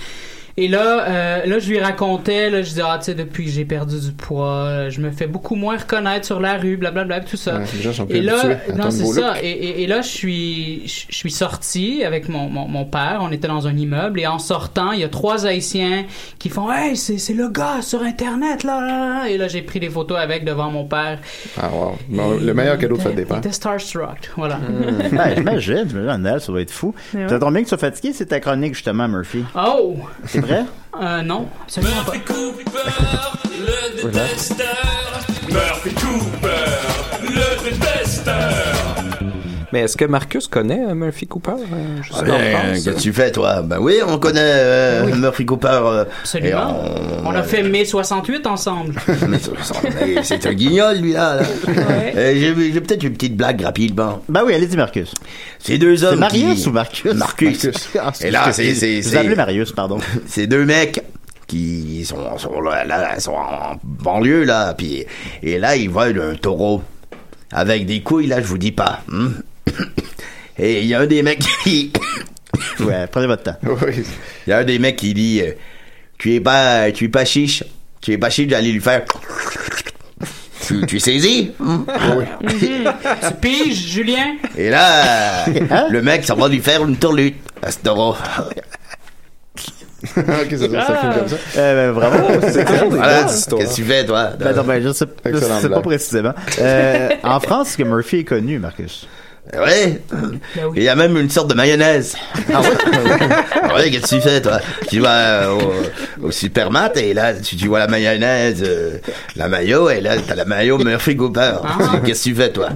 Et là, euh, là, je lui racontais, là, je disais, ah, tu sais, depuis que j'ai perdu du poids, euh, je me fais beaucoup moins reconnaître sur la rue, blablabla, tout ça.
Ouais, les gens sont plus
et là,
habitués à
non,
ton
c'est
beau
ça.
look.
Et, et- et là, je suis, je je suis sorti avec mon, mon, mon père. On était dans un immeuble et en sortant, il y a trois Haïtiens qui font, hey, c'est c'est le gars sur Internet, là, là, là. Et là, j'ai pris des photos avec devant mon père.
Ah, wow. Bon, le meilleur cadeau de fête des
Il
pères.
était euh, starstruck, voilà.
Ben, j'imagine, j'imagine, Noël, ça doit être fou.
Mais ouais.
Ça tombe bien que tu sois fatigué, c'est ta chronique, justement, Murphy.
Oh!
C'est vrai?
Euh, non, absolument pas.
Le
Voilà.
détesteur Murphy Cooper, le détesteur.
Mais est-ce que Marcus connaît euh, Murphy Cooper? euh, je sais
Ah
pas,
ben,
en France,
qu'est-ce que tu fais, toi? Ben oui, on connaît euh, Murphy Cooper. euh, et
Absolument.
on-
euh,
On a fait mai 68 ensemble.
Mais ça- ça- mais c'est un guignol, lui, là. là. Euh, J'ai j'ai peut-être une petite blague rapide, bon.
Ben oui, allez-y, Marcus.
Ces deux hommes.
C'est Marius
qui-
ou Marcus?
Marcus. Et là, c'est. c'est-
Je vous
c'est-
appelez Marius, pardon.
Ces deux mecs qui sont, sont là, là, sont en banlieue, là. Puis, et là, ils voient un taureau. Avec des couilles, là, je vous dis pas. hein. Et il y a un des mecs qui.
ouais, prenez votre temps.
Il y a un des mecs qui dit euh, Tu es pas, tu es pas chiche. Tu es pas chiche, j'allais lui faire. Tu, tu saisis hein?
Ah,
tu piges, Julien?
Et là, le mec, ça va lui faire une tourlute à ce taureau.
Ah.
ok, ça, ça, ça finit comme ça. Ah,
Euh, ben,
Oh,
bravo, c'est toujours des
Voilà,
belles
qu'est-ce
histoires.
que tu fais, toi
Ben non, ben, je sais, je
Excellent
sais pas
blague.
précisément. Euh, en France, est-ce que Murphy est connu, Marcus?
Eh Ouais. Il y a même une sorte de mayonnaise. Ah ouais? ouais, qu'est-ce que tu fais, toi? Tu vas euh, au, au supermat et là, tu, tu vois la mayonnaise, euh, la mayo, et là, t'as la mayo Murphy Cooper. Qu'est-ce que tu fais, toi?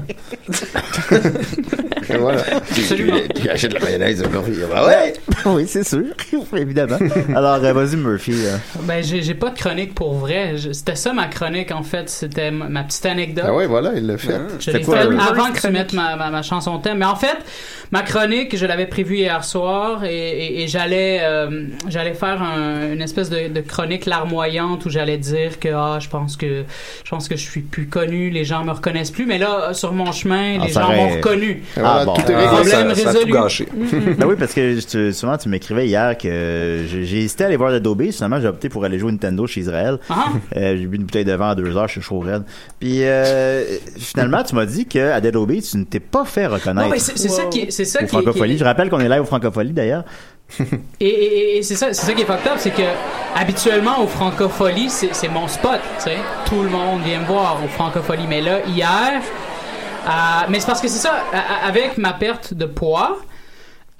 Et voilà. Tu, tu- tu achètes la mayonnaise de Murphy. Bah ouais!
oui, c'est sûr, évidemment. Alors, euh, vas-y, Murphy. euh.
Ben, j'ai j'ai pas de chronique pour vrai. Je- C'était ça ma chronique, en fait. C'était m- ma petite anecdote.
Ah ouais, euh, voilà, il l'a fait.
Je l'ai fait avant que tu mettes ma, ma, ma chanson thème. Mais en fait, ma chronique, je l'avais prévue hier soir et, et- et j'allais euh, j'allais faire un- une espèce de, de chronique larmoyante où j'allais dire que ah, je pense que je pense que je suis plus connu, les gens me reconnaissent plus. Mais là, sur mon chemin,
Ah,
les
ça
gens
aurait-
m'ont reconnu.
Ah, bon.
Le problème résolu.
ben oui, parce que tu- souvent, tu m'écrivais hier que j'ai j'ai hésité à aller voir Adobe. Finalement, j'ai opté pour aller jouer au Nintendo chez Israël.
Ah.
Euh, j'ai bu une bouteille de vin à deux heures, je suis chaud raide. Puis, euh, finalement, tu m'as dit qu'à Adobe, tu ne t'es pas fait reconnaître.
Non, mais c'est c'est ça qui est- c'est
Au
ça qui est- qui
Francophonie.
est-
Je rappelle qu'on est live au Francophonie, d'ailleurs.
Et, et- et- et c'est ça, c'est ça qui est fucked up, c'est que habituellement au Francofolie, c'est c'est mon spot, tu sais. Tout le monde vient me voir au Francofolie. Mais là, hier, euh, mais c'est parce que c'est ça, à- à- avec ma perte de poids,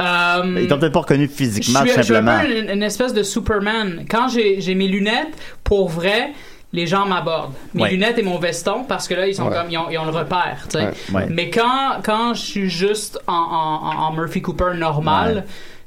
euh,
Ils t'ont peut-être pas reconnu physiquement,
je
tout
suis, je suis un
simplement.
peu une, une espèce de Superman. Quand j'ai j'ai mes lunettes, pour vrai, les gens m'abordent. Mes
Ouais.
lunettes et mon veston, parce que là, ils sont
Ouais.
comme ils ont, ils ont le repère. tu sais.
Ouais. Ouais.
Mais quand, quand je suis juste en, en- en- en Murphy Cooper normal,
Ouais.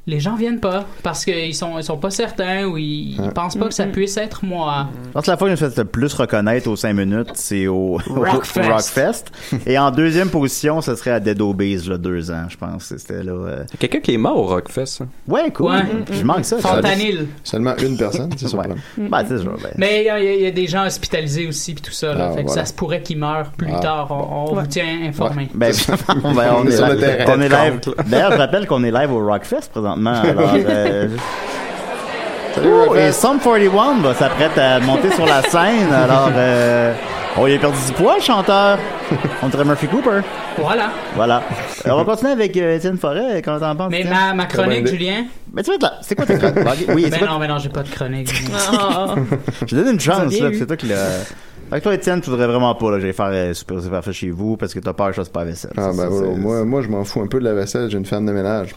les gens viennent pas parce qu'ils sont, ils sont pas certains ou ils, ils
Ouais.
pensent pas que ça puisse être moi.
Je pense que la fois que je me suis fait le plus reconnaître aux 5 minutes, c'est au au
Rockfest.
Rockfest. Et en deuxième position, ce serait à Dead Obese, là, deux ans, je pense. C'était là. euh,
Quelqu'un qui est mort au Rockfest. hein.
Ouais, cool.
Ouais.
Je manque ça.
Fentanyl.
Seulement une personne, c'est ça.
Bah, c'est ça. ben.
Mais il y a- il y, a- il y a des gens hospitalisés aussi puis tout ça. là.
Ah,
Fait que
voilà.
ça se pourrait qu'ils meurent plus
Ah.
tard. On, on vous tient informé.
Ben, on, va- on
On est
est
sur le
live.
terrain.
On est live.
Compte, là.
D'ailleurs, je rappelle qu'on est live au Rockfest présentement. Alors, euh,
Salut,
oh,
Rockfest.
et Sum 41 va s'apprête à monter sur la scène. Alors, euh, oh, il a perdu du poids, le chanteur. On dirait Murphy Cooper.
Voilà.
Voilà. Euh, on va continuer avec euh, Étienne Forêt. Comment t'en penses?
Mais
Étienne?
ma, ma chronique, Julien.
Mais tu vas être là. C'est quoi ta chronique? Ok, Oui,
mais
c'est quoi
Ah ben non, mais non, j'ai pas de chronique.
Je donne une chance,
Vous aviez
là,
eu.
puis c'est toi qui l'as. Avec toi, Étienne, tu voudrais vraiment pas, là, j'allais faire euh, super, super fait chez vous parce que t'as peur que je fasse pas la vaisselle.
Ah,
C'est
ben
ça,
voilà.
c'est-
Moi, moi, je m'en fous un peu de la vaisselle, j'ai une femme de ménage.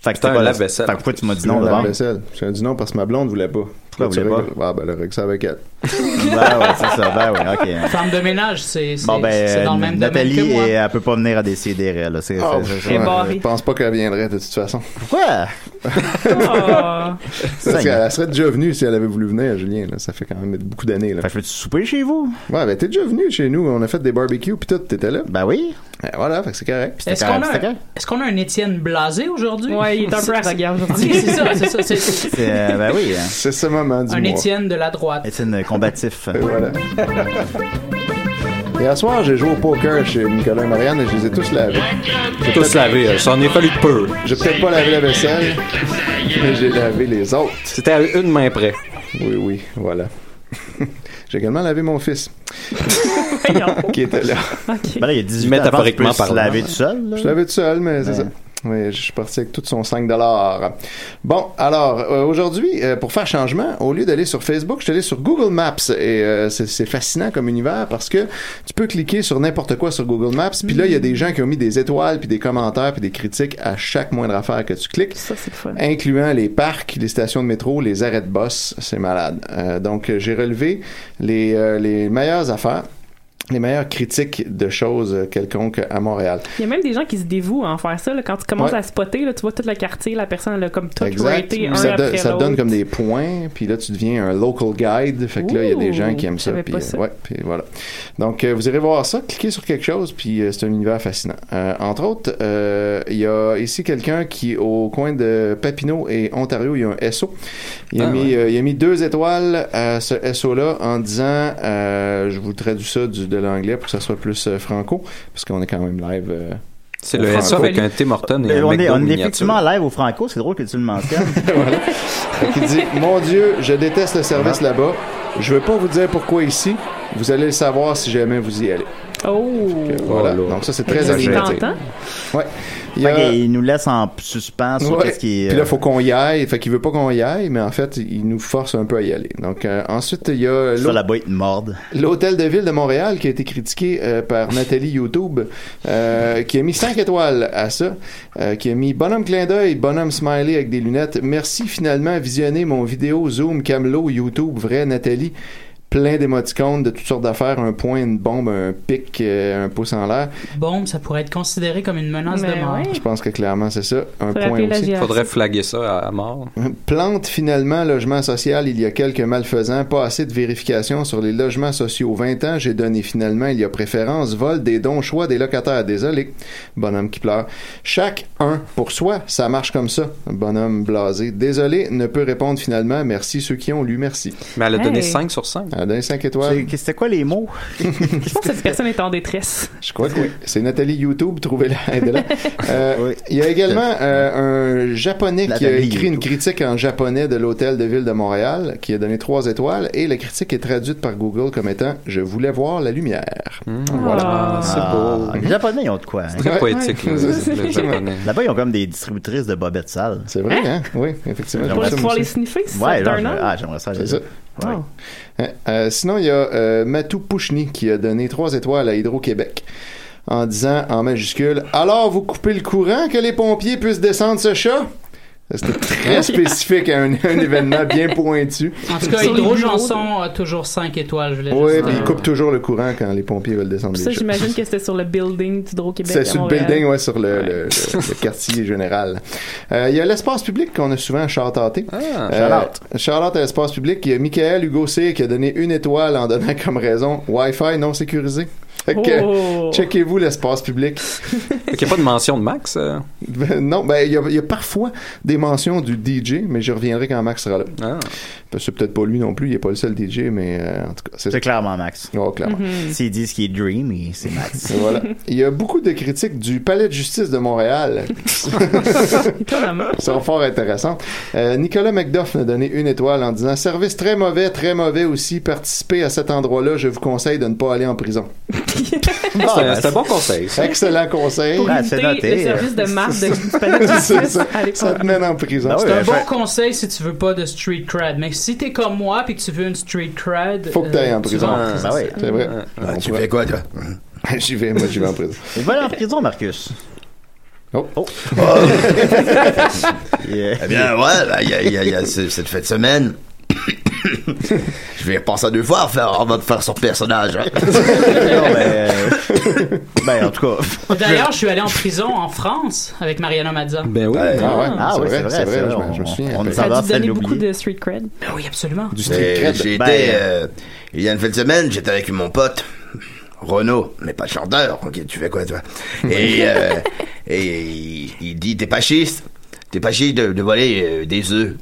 Fait que
Putain,
c'est pas la
lave-vaisselle.
Fait que pourquoi tu m'as dit
C'est
non
un
d'abord?
lave-vaisselle. J'ai dit non parce que ma blonde voulait pas.
Pourquoi vous
Tu
voulez pas?
règles- Ah, ben, le règle ça avec elle.
Ben ouais, c'est ça. Ben oui, ok.
Femme de ménage, c'est c'est-
Bon,
c'est
ben,
dans le même
Nathalie,
domaine que moi.
elle, elle peut pas venir à décider, elle. là. C'est
Ah,
c'est-
pff,
c'est-
ouais,
c'est-
je pense pas qu'elle viendrait de toute façon.
Pourquoi?
euh,
Ah.
Parce
Seigneur.
qu'elle serait déjà venue si elle avait voulu venir, Julien. Là. Ça fait quand même beaucoup d'années. Là. Fait
que tu souper chez vous?
Ouais, ben t'es déjà venu chez nous. On a fait des barbecues puis tout, t'étais là.
Ben oui.
voilà, fait que c'est correct.
Est-ce qu'on a, est qu'on a un Étienne blasé aujourd'hui?
Ouais, il est un peu arrogant aujourd'hui.
C'est ça, c'est ça. c'est-
c'est- euh, ben oui. hein.
C'est ce moment du
Un
mois.
Étienne de la droite.
Étienne euh, combatif.
voilà. Et à soir, j'ai joué au poker chez Nicolas et Marianne et je les ai tous lavés.
J'ai tous lavé, euh, j'en ai fallu peu.
J'ai peut-être pas lavé la vaisselle, mais j'ai lavé les autres.
C'était à une main près.
Oui, oui, voilà. j'ai également lavé mon fils. qui était là.
Ben là, il y a 18 ans, avant, tu
Métaphoriquement
peux se
parlant.
laver tout seul. là.
Je l'avais tout seul, mais c'est ça. Oui, je suis parti avec tout son 5 Bon, alors, euh, aujourd'hui, euh, pour faire changement, au lieu d'aller sur Facebook, je suis allé sur Google Maps. Et euh, c'est c'est fascinant comme univers parce que tu peux cliquer sur n'importe quoi sur Google Maps. Puis là, il y a des gens qui ont mis des étoiles, puis des commentaires, puis des critiques à chaque moindre affaire que tu cliques. Incluant les parcs, les stations de métro, les arrêts de bus. C'est malade. Euh, donc, euh, j'ai relevé les, euh, les meilleures affaires, les meilleures critiques de choses euh, quelconques à Montréal.
Il y a même des gens qui se dévouent à en faire ça. là. Quand tu commences
Ouais.
à spotter, là, tu vois tout le quartier, la personne elle a comme tout
Exact.
raté un
Puis ça,
après
donne- ça
l'autre.
donne comme des points, puis là tu deviens un local guide. Fait que là il y a des gens qui aiment ça.
j'avais
Puis,
pas
euh,
ça.
ouais, puis voilà. Donc euh, vous irez voir ça, cliquez sur quelque chose, puis euh, c'est un univers fascinant. Euh, entre autres, euh, il y a ici quelqu'un qui au coin de Papineau et Ontario, il y a un SO. Il a,
Ah,
mis,
ouais.
euh, il a mis deux étoiles à ce SO-là en disant, euh, je vous traduis ça du, de l'anglais pour que ça soit plus euh, franco, parce qu'on est quand même live. euh,
C'est
au
le
franco.
SO avec un Tim Horton et
Euh,
un
on est,
McDo
on est
miniature.
effectivement live au Franco, c'est drôle que tu le mentionnes.
qui dit Mon Dieu, je déteste le service là-bas. Je veux pas vous dire pourquoi ici. Vous allez le savoir si jamais vous y allez.
Oh!
Voilà. Donc ça c'est très
Exagéré.
aligné.
T'entends?
Ouais. Il y
Fait
a-
qu'il- Il nous laisse en suspens sur
Ouais.
qu'est-ce qui euh, est.
Puis là, faut qu'on y aille. Fait qu'il veut pas qu'on y aille, mais en fait, il nous force un peu à y aller. Donc euh, ensuite, il y a
sur
l'autre-
la boîte morde.
L'hôtel de ville de Montréal qui a été critiqué euh, par Nathalie YouTube, euh, qui a mis 5 étoiles à ça, euh, qui a mis bonhomme clin d'œil, bonhomme smiley avec des lunettes. Merci finalement visionner mon vidéo Zoom Camelot YouTube vrai Nathalie. Plein d'émoticônes de toutes sortes d'affaires, un point, une bombe, un pic, euh, un pouce en l'air.
Bombe, ça pourrait être considéré comme une menace
Mais
de mort.
ouais.
Je pense que clairement c'est ça, un
Faudrait
point
appeler la
aussi.
GRC.
Faudrait flaguer ça à- à mort.
Plante finalement logement social, il y a quelques malfaisants, pas assez de vérification sur les logements sociaux. 20 ans, j'ai donné finalement, il y a préférence, vol des dons, choix des locataires. Désolé, bonhomme qui pleure. Chaque un pour soi, ça marche comme ça. Bonhomme blasé. Désolé, ne peut répondre finalement, merci ceux qui ont lu, merci.
Mais elle a donné
Hey.
5 sur 5.
Elle a donné 5
C'est-
étoiles.
C'était quoi les mots?
Je pense que cette personne est en détresse.
Je crois que oui. C'est Nathalie YouTube, trouvez-la, aidez-la. Euh,
Oui.
Il y a également euh, un japonais qui a
Nathalie
écrit une
Youtube.
critique en japonais de l'hôtel de ville de Montréal, qui a donné trois étoiles, et la critique est traduite par Google comme étant « Je voulais voir la lumière
Ah.
C'est beau.
Ah, les Japonais, ils ont de quoi. hein?
Hmm. Très poétique,
Ouais.
le, le japonais.
Là-bas, ils ont comme des distributrices de bobettes sales.
C'est vrai, hein? Oui, effectivement.
Pour
j'aime ça, moi
pouvoir les
aussi.
sniffer, c'est
Ouais,
ça,
genre,
d'un
je-
an?
ah, j'aimerais ça.
C'est ça.
Ouais.
Hein, euh, sinon, il y a euh, Matou Pouchny qui a donné trois étoiles à Hydro-Québec en disant en majuscule Alors, vous coupez le courant que les pompiers puissent descendre ce chat C'était très spécifique à un, un événement bien pointu.
En tout cas,
Sur les
Hydro
bureaux,
Janson a toujours 5 étoiles, je voulais
Oui,
juste
puis
dire.
ils coupent toujours le courant quand les pompiers veulent descendre
Ça,
les chats.
j'imagine que c'était sur le building du Drôle Québec.
C'est sur le building, ouais, sur le, le- le- le quartier général. Euh, Il y a l'espace public qu'on a souvent chantanté.
Ah,
shout-out.
Charlotte à l'espace public. Il y a Michael Hugo C qui a donné une étoile en donnant comme raison Wi-Fi non sécurisé. Fait que,
Oh.
checkez-vous l'espace public.
Fait qu'il n'y a pas de mention de Max. euh?
Ben, non, ben, il y, a- il y a parfois des mentions du DJ, mais je reviendrai quand Max sera là.
Ah.
Parce que C'est peut-être pas lui non plus, il est pas le seul DJ, mais euh, en tout cas, c'est
C'est Mm-hmm. clairement Max.
Oh, clairement.
S'ils disent qu'il est dreamy, c'est Max.
Et voilà. Il y a beaucoup de critiques du palais de justice de Montréal
Étonnamment.
Ils sont fort intéressants. Euh, Nicolas McDuff m'a donné une étoile en disant Service très mauvais, très mauvais aussi. Participez à cet endroit-là. Je vous conseille de ne pas aller en prison.
C'est un- c'est un bon conseil. ça.
Excellent conseil.
Pour
Ah,
éviter
c'est noté.
le service de marque de palais de
C'est
justice
ça.
à
Ça
l'époque.
te mène en prison.
Ah
Ben oui,
C'est un
ben,
bon-
Bon conseil si tu veux pas de street cred, mais si t'es comme moi puis que tu veux une street cred, euh,
Faut que t'ailles en
tu
prison.
vas
Bah oui.
C'est vrai.
Ah, tu fais quoi, toi
J'y vais, moi, j'y vais en prison.
Il va aller en prison, Marcus.
Oh.
Yeah.
Eh bien, ouais, bah, il y a, il y a- il y a ce- cette fête semaine. je vais passer deux fois à faire, en mode faire son personnage. hein.
Ben, en tout cas.
D'ailleurs, je suis allé en prison en France avec Mariana Mazza.
Ben oui.
Ah ouais,
Ah
c'est
oui,
vrai, c'est vrai, je me-
on-
je me souviens.
On
Ça
s'en va,
a dû
fait
donner beaucoup
l'oublier.
de street cred.
Ben oui, absolument.
Du street
Mais
cred.
J'étais.
Ben,
euh, il y a une fin de semaine, j'étais avec mon pote, Renaud, mais pas chanteur. ok, tu fais quoi, toi Et, euh, et il, il dit T'es pas chiste T'es pas chiste de, de voler euh, des œufs.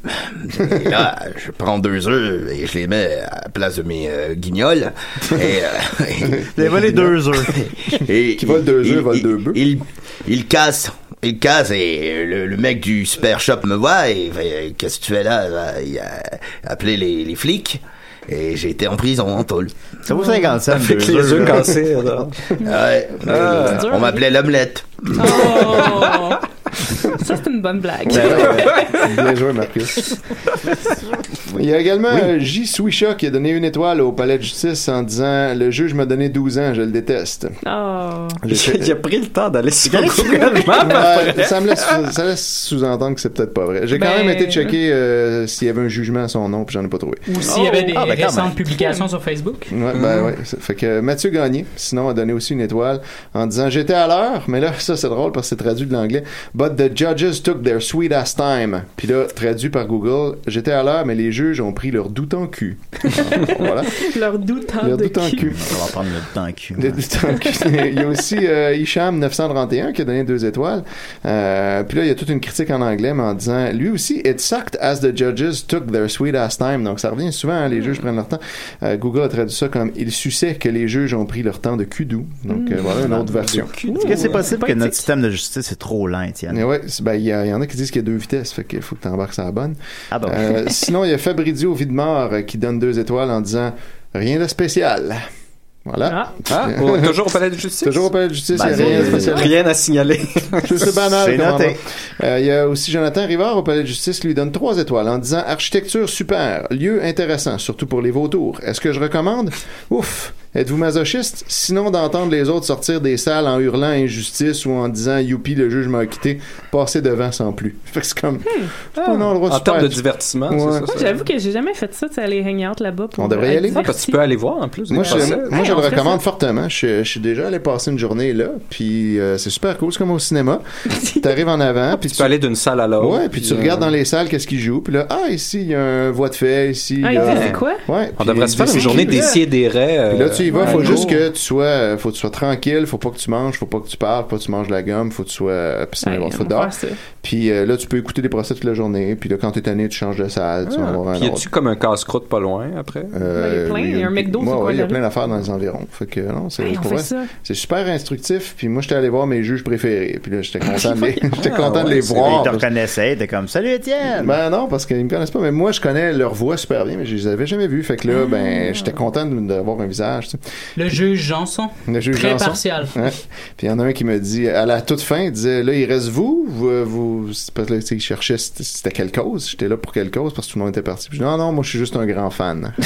Et là, je prends deux œufs et je les mets à la place de mes euh, guignols. Et, euh,
J'ai volé deux œufs.
et
Qui vole deux
il-
œufs, vole
il-
deux bœufs.
Il, il casse. Il casse et le, le mec du super shop me voit et il fait, qu'est-ce que tu fais là, là? Il a appelé les, les flics et j'ai été en prison en tôle.
Ça vaut 50 cents.
Fait que
deux
les
œufs.
œufs cassés. alors.
Ouais.
Ah,
on m'appelait l'omelette.
Oh! Ça, c'est une bonne blague.
Ah Bien joué, Marcus. Il y a également euh, J. Swisha qui a donné une étoile au palais de justice en disant Le juge m'a donné 12 ans, je le déteste.
Oh.
J'ai fait-
Il a pris le temps d'aller sur
allé sur
Google
Ah,
Maps.
Ouais, ça me laisse, ça laisse sous-entendre que c'est peut-être pas vrai. J'ai quand
Ben-
même été checker euh, s'il y avait un jugement à son nom, puis j'en ai pas trouvé.
Ou s'il y
Oh.
avait des
Ah, ben, quand même.
récentes publications sur Facebook.
Ouais,
Mm.
ben ouais. Ça Fait que Mathieu Gagné, sinon, a donné aussi une étoile en disant J'étais à l'heure, mais là, ça c'est drôle parce que c'est traduit de l'anglais. But the judges took their sweet ass time. Puis là, traduit par Google J'étais à l'heure, mais les juges ont pris leur doute en cul. voilà.
Leur doute en
Leur
de
doute en
cul.
cul.
On va prendre notre temps en cul.
Le doute en cul. il y a aussi euh, Hicham 931 qui a donné deux étoiles. Euh, puis là, il y a toute une critique en anglais, mais en disant lui aussi, it sucked as the judges took their sweet ass time. Donc ça revient souvent, hein, les juges prennent leur temps. Euh, Google a traduit ça comme il suçait que les juges ont pris leur temps de cul doux. Donc euh, voilà une
Mm.
autre version.
Est-ce que c'est possible que
Poétique.
notre système de justice est trop lent, Étienne?
Mais ouais, c'est- ben, il y, a- il y en a qui disent qu'il y a deux vitesses, fait qu'il faut que tu embarques sur la bonne.
Ah bon.
Euh, sinon, il y a Fabrizio Videmar euh, qui donne deux étoiles en disant rien de spécial. Voilà.
Ah,
Ah, oh, toujours au palais de justice.
Toujours au palais de justice,
Ben,
il y a rien de
c'est-
spécial.
Rien à signaler.
C'est- C'est banal.
C'est
comme
noté.
endroit. Euh, Il y a aussi Jonathan Rivard au Palais de justice lui donne trois étoiles en disant architecture super, lieu intéressant, surtout pour les vautours. Est-ce que je recommande Ouf. Êtes-vous masochiste Sinon d'entendre les autres sortir des salles en hurlant injustice ou en disant youpi le juge m'a acquitté, passez devant sans plus. Fait que c'est comme c'est pas un endroit
En
super.
termes de divertissement,
Ouais.
c'est ça.
Moi,
ça.
j'avoue que j'ai jamais fait ça, tu sais, aller hang out là-bas. Pour
On devrait y aller.
Ah, parce que tu peux aller voir en plus.
Moi, je,
Parce-
moi, je
Hey, on
le
ferait
recommande fortement. Je, je suis déjà allé passer une journée là, puis euh, c'est super cool. C'est comme au cinéma. T'arrives en avant, puis
Ah, Tu peux aller d'une salle à l'autre.
Ouais, puis tu
euh,
regardes dans les salles qu'est-ce qu'ils jouent, puis là, ah, ici, il y a un voie de fait, ici.
Ah,
il y a-
il dit, c'est quoi?
Ouais.
On
puis
devrait se faire une
c'est
journée
curieux.
d'essayer des raies.
Puis là, tu y vas, faut
un
juste
jour.
que tu sois, euh, faut que tu sois tranquille, faut pas que tu manges, faut pas que tu parles, faut pas que tu manges de la gomme, faut que tu sois, euh, puis sinon,
Ouais,
il va
on
te foutre
va
dehors.
faire ça.
Puis euh, là, tu peux écouter des procès toute la journée, puis là, quand t'es tanné, tu changes de salle, tu vas voir un
Ah, Puis y
autre. Euh,
a-tu comme un casse-croûte pas loin après?
il y a plein, il y a un McDo sur le
ouais,
coin
ouais,
de
il y a
la
plein
rue.
d'affaires dans les environs. Fait que non, c'est
Hey, Ah, on
pour
fait
vrai,
ça.
c'est super instructif. Puis moi, j'étais allé voir mes juges préférés. Puis là, j'étais content de les, j'étais
Ah,
content de
ouais,
les
c'est-
voir.
Ils te reconnaissaient, t'es comme Salut Étienne!
Ben non, parce qu'ils me connaissent pas, mais moi je connais leur voix super bien, mais je les avais jamais vus. Fait que là, ben, j'étais content de- d'avoir un visage, tu sais.
Le juge Janson.
Le juge
Très
Janson.
partial.
Ouais. Puis il y en a un qui me dit, à la toute fin, il disait, là, il reste vous, vous, vous- c'est parce que là, tu sais, il cherchait c'était c'était quelle cause, j'étais là pour quelle cause, parce que tout le monde était parti. Puis je dis, non, non, moi, je suis juste un grand fan.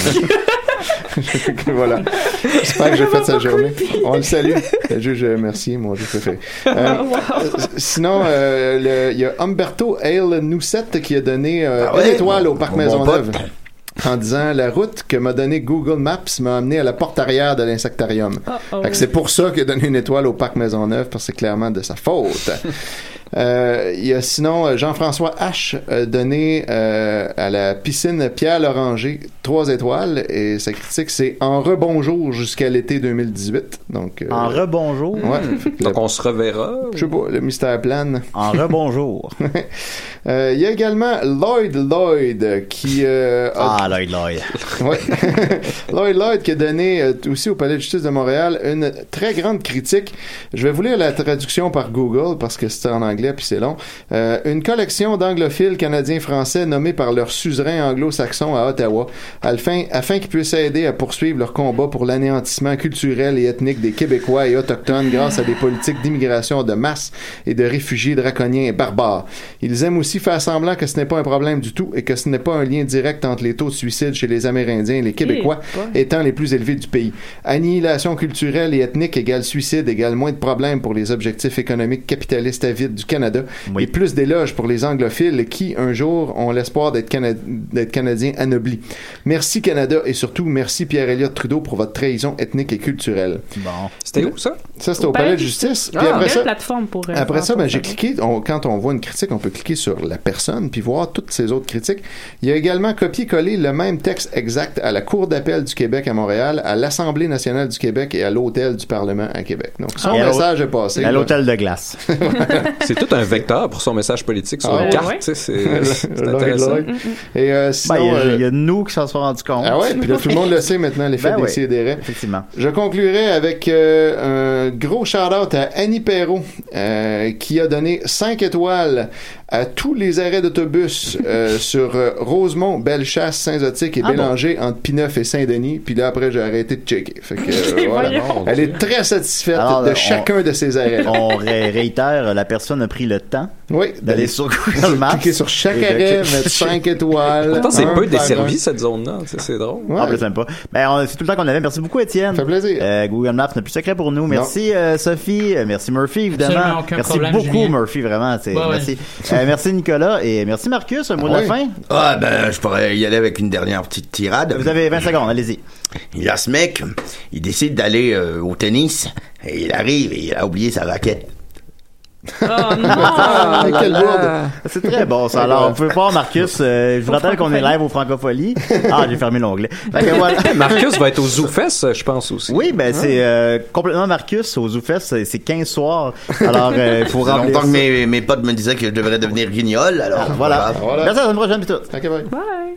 Fait que voilà. J'espère que j'ai fait sa journée. On le salue. Le juge euh, Mercier, mon juge préféré. Euh, euh, sinon, euh, le- il y a Umberto Hale Noussette qui a donné euh,
Ah ouais?
une étoile au Parc
Mon
Maisonneuve.
pote.
En disant la route que m'a donné Google Maps m'a amené à la porte arrière de l'insectarium.
Uh-oh.
Fait que c'est pour ça qu'il a donné une étoile au parc Maisonneuve, parce que c'est clairement de sa faute. Euh, Il y a sinon euh, Jean-François H. euh, donné euh, à la piscine Pierre Loranger trois étoiles, et sa critique, c'est En rebonjour jusqu'à l'été 2018. Donc, euh,
En rebonjour.
ouais, fait que le-
Hmm. Donc on se reverra.
je sais pas, le mystère plane.
En rebonjour.
Euh, Il y a également Lloyd Lloyd euh, qui euh, a
Ah, Lloyd Lloyd.
Ouais. Lloyd Lloyd qui a donné euh, aussi au Palais de justice de Montréal une très grande critique. Je vais vous lire la traduction par Google parce que c'est en anglais puis c'est long. Euh, une collection d'anglophiles canadiens-français nommés par leur suzerain anglo-saxon à Ottawa afin, afin qu'ils puissent aider à poursuivre leur combat pour l'anéantissement culturel et ethnique des Québécois et autochtones grâce à des politiques d'immigration de masse et de réfugiés draconiens et barbares. Ils aiment aussi faire semblant que ce n'est pas un problème du tout et que ce n'est pas un lien direct entre les taux de suicide chez les Amérindiens et les Québécois étant les plus élevés du pays. Annihilation culturelle et ethnique égale suicide égale moins de problèmes pour les objectifs économiques capitalistes avides du Canada et plus d'éloges pour les anglophiles qui, un jour, ont l'espoir d'être Cana- d'être Canadiens anoblis. Merci Canada et surtout merci Pierre-Éliott Trudeau pour votre trahison ethnique et culturelle.
Bon.
C'était où ça?
Ça, c'était au Palais de justice. Ah, Puis après
Ah, belle
ça,
plateforme pour. euh,
après ça,
pour
ben, j'ai cliqué. on- quand on voit une critique, on peut cliquer sur la personne puis voir toutes ces autres critiques. Il y a également copié-collé le même texte exact à la Cour d'appel du Québec à Montréal, à l'Assemblée nationale du Québec et à l'Hôtel du Parlement à Québec. Donc, son
Ah, Et à l'hô-
message est passé.
À l'hôtel de glace.
C'est tout un vecteur pour son message politique sur
Ah
une
ouais.
carte. tu sais, C'est c'est
Lloyd,
intéressant.
Lloyd. Et euh,
Ben, il
sinon,
y a-
euh,
il y, a nous qui s'en sont rendus compte.
ah ouais, puis là, tout le monde le sait maintenant, l'effet
Ben
des
oui.
sidérés.
Effectivement.
Je conclurai avec euh, un gros shout-out à Annie Perrault, euh, qui a donné 5 étoiles à tous les arrêts d'autobus euh, sur euh, Rosemont, Bellechasse, Saint-Zotique et
Ah bon?
Bélanger, entre Pineuf et Saint-Denis. Puis là, après, j'ai arrêté de checker. Fait que, euh, voilà.
voyons.
Elle est très satisfaite
Alors,
de
on-
chacun de ces arrêts.
On ré- réitère, euh, la personne a pris le temps
Oui,
d'aller sur Google Maps.
cliquer sur chaque
Et de-
arrêt, mettre 5 étoiles.
Pourtant, c'est
un
peu
par
desservi, cette zone-là. tu sais, C'est drôle.
un. Ouais,
Ah, plus même pas. Ben, on- c'est tout le temps qu'on avait. Merci beaucoup, Étienne.
ça fait plaisir.
Euh, Google Maps n'a plus de secret pour nous. Merci euh, Sophie, Euh, merci Murphy évidemment.
Absolument aucun
Merci
problème,
beaucoup
Julien.
Murphy vraiment. c'est-
Ouais, ouais.
merci. Euh, merci Nicolas et merci Marcus. Un mot de
Oui.
la fin.
Ah, ben, je pourrais y aller avec une dernière petite tirade.
Vous avez 20 secondes. Allez-y.
Il y a ce mec, il décide d'aller euh, au tennis, et il arrive et il a oublié sa raquette.
Oh non!
Ah, quelle bourde.
Euh, C'est très bon ça. Alors, vous pouvez voir Marcus. euh, je vous rappelle qu'on est live au Francophonie. Ah, j'ai fermé l'onglet. Fait que voilà.
Marcus va être au ZooFest, je pense aussi.
Oui, ben c'est euh, complètement Marcus aux Zoufest, c'est c'est 15 soirs. Alors, euh, il faut
Ça fait
remplir
longtemps
ça. Ah,
que mes, mes potes me disaient que je devrais devenir guignol, alors
Voilà.
Voilà.
Merci à la semaine prochaine, puis tout.
Ok, bye.
Bye!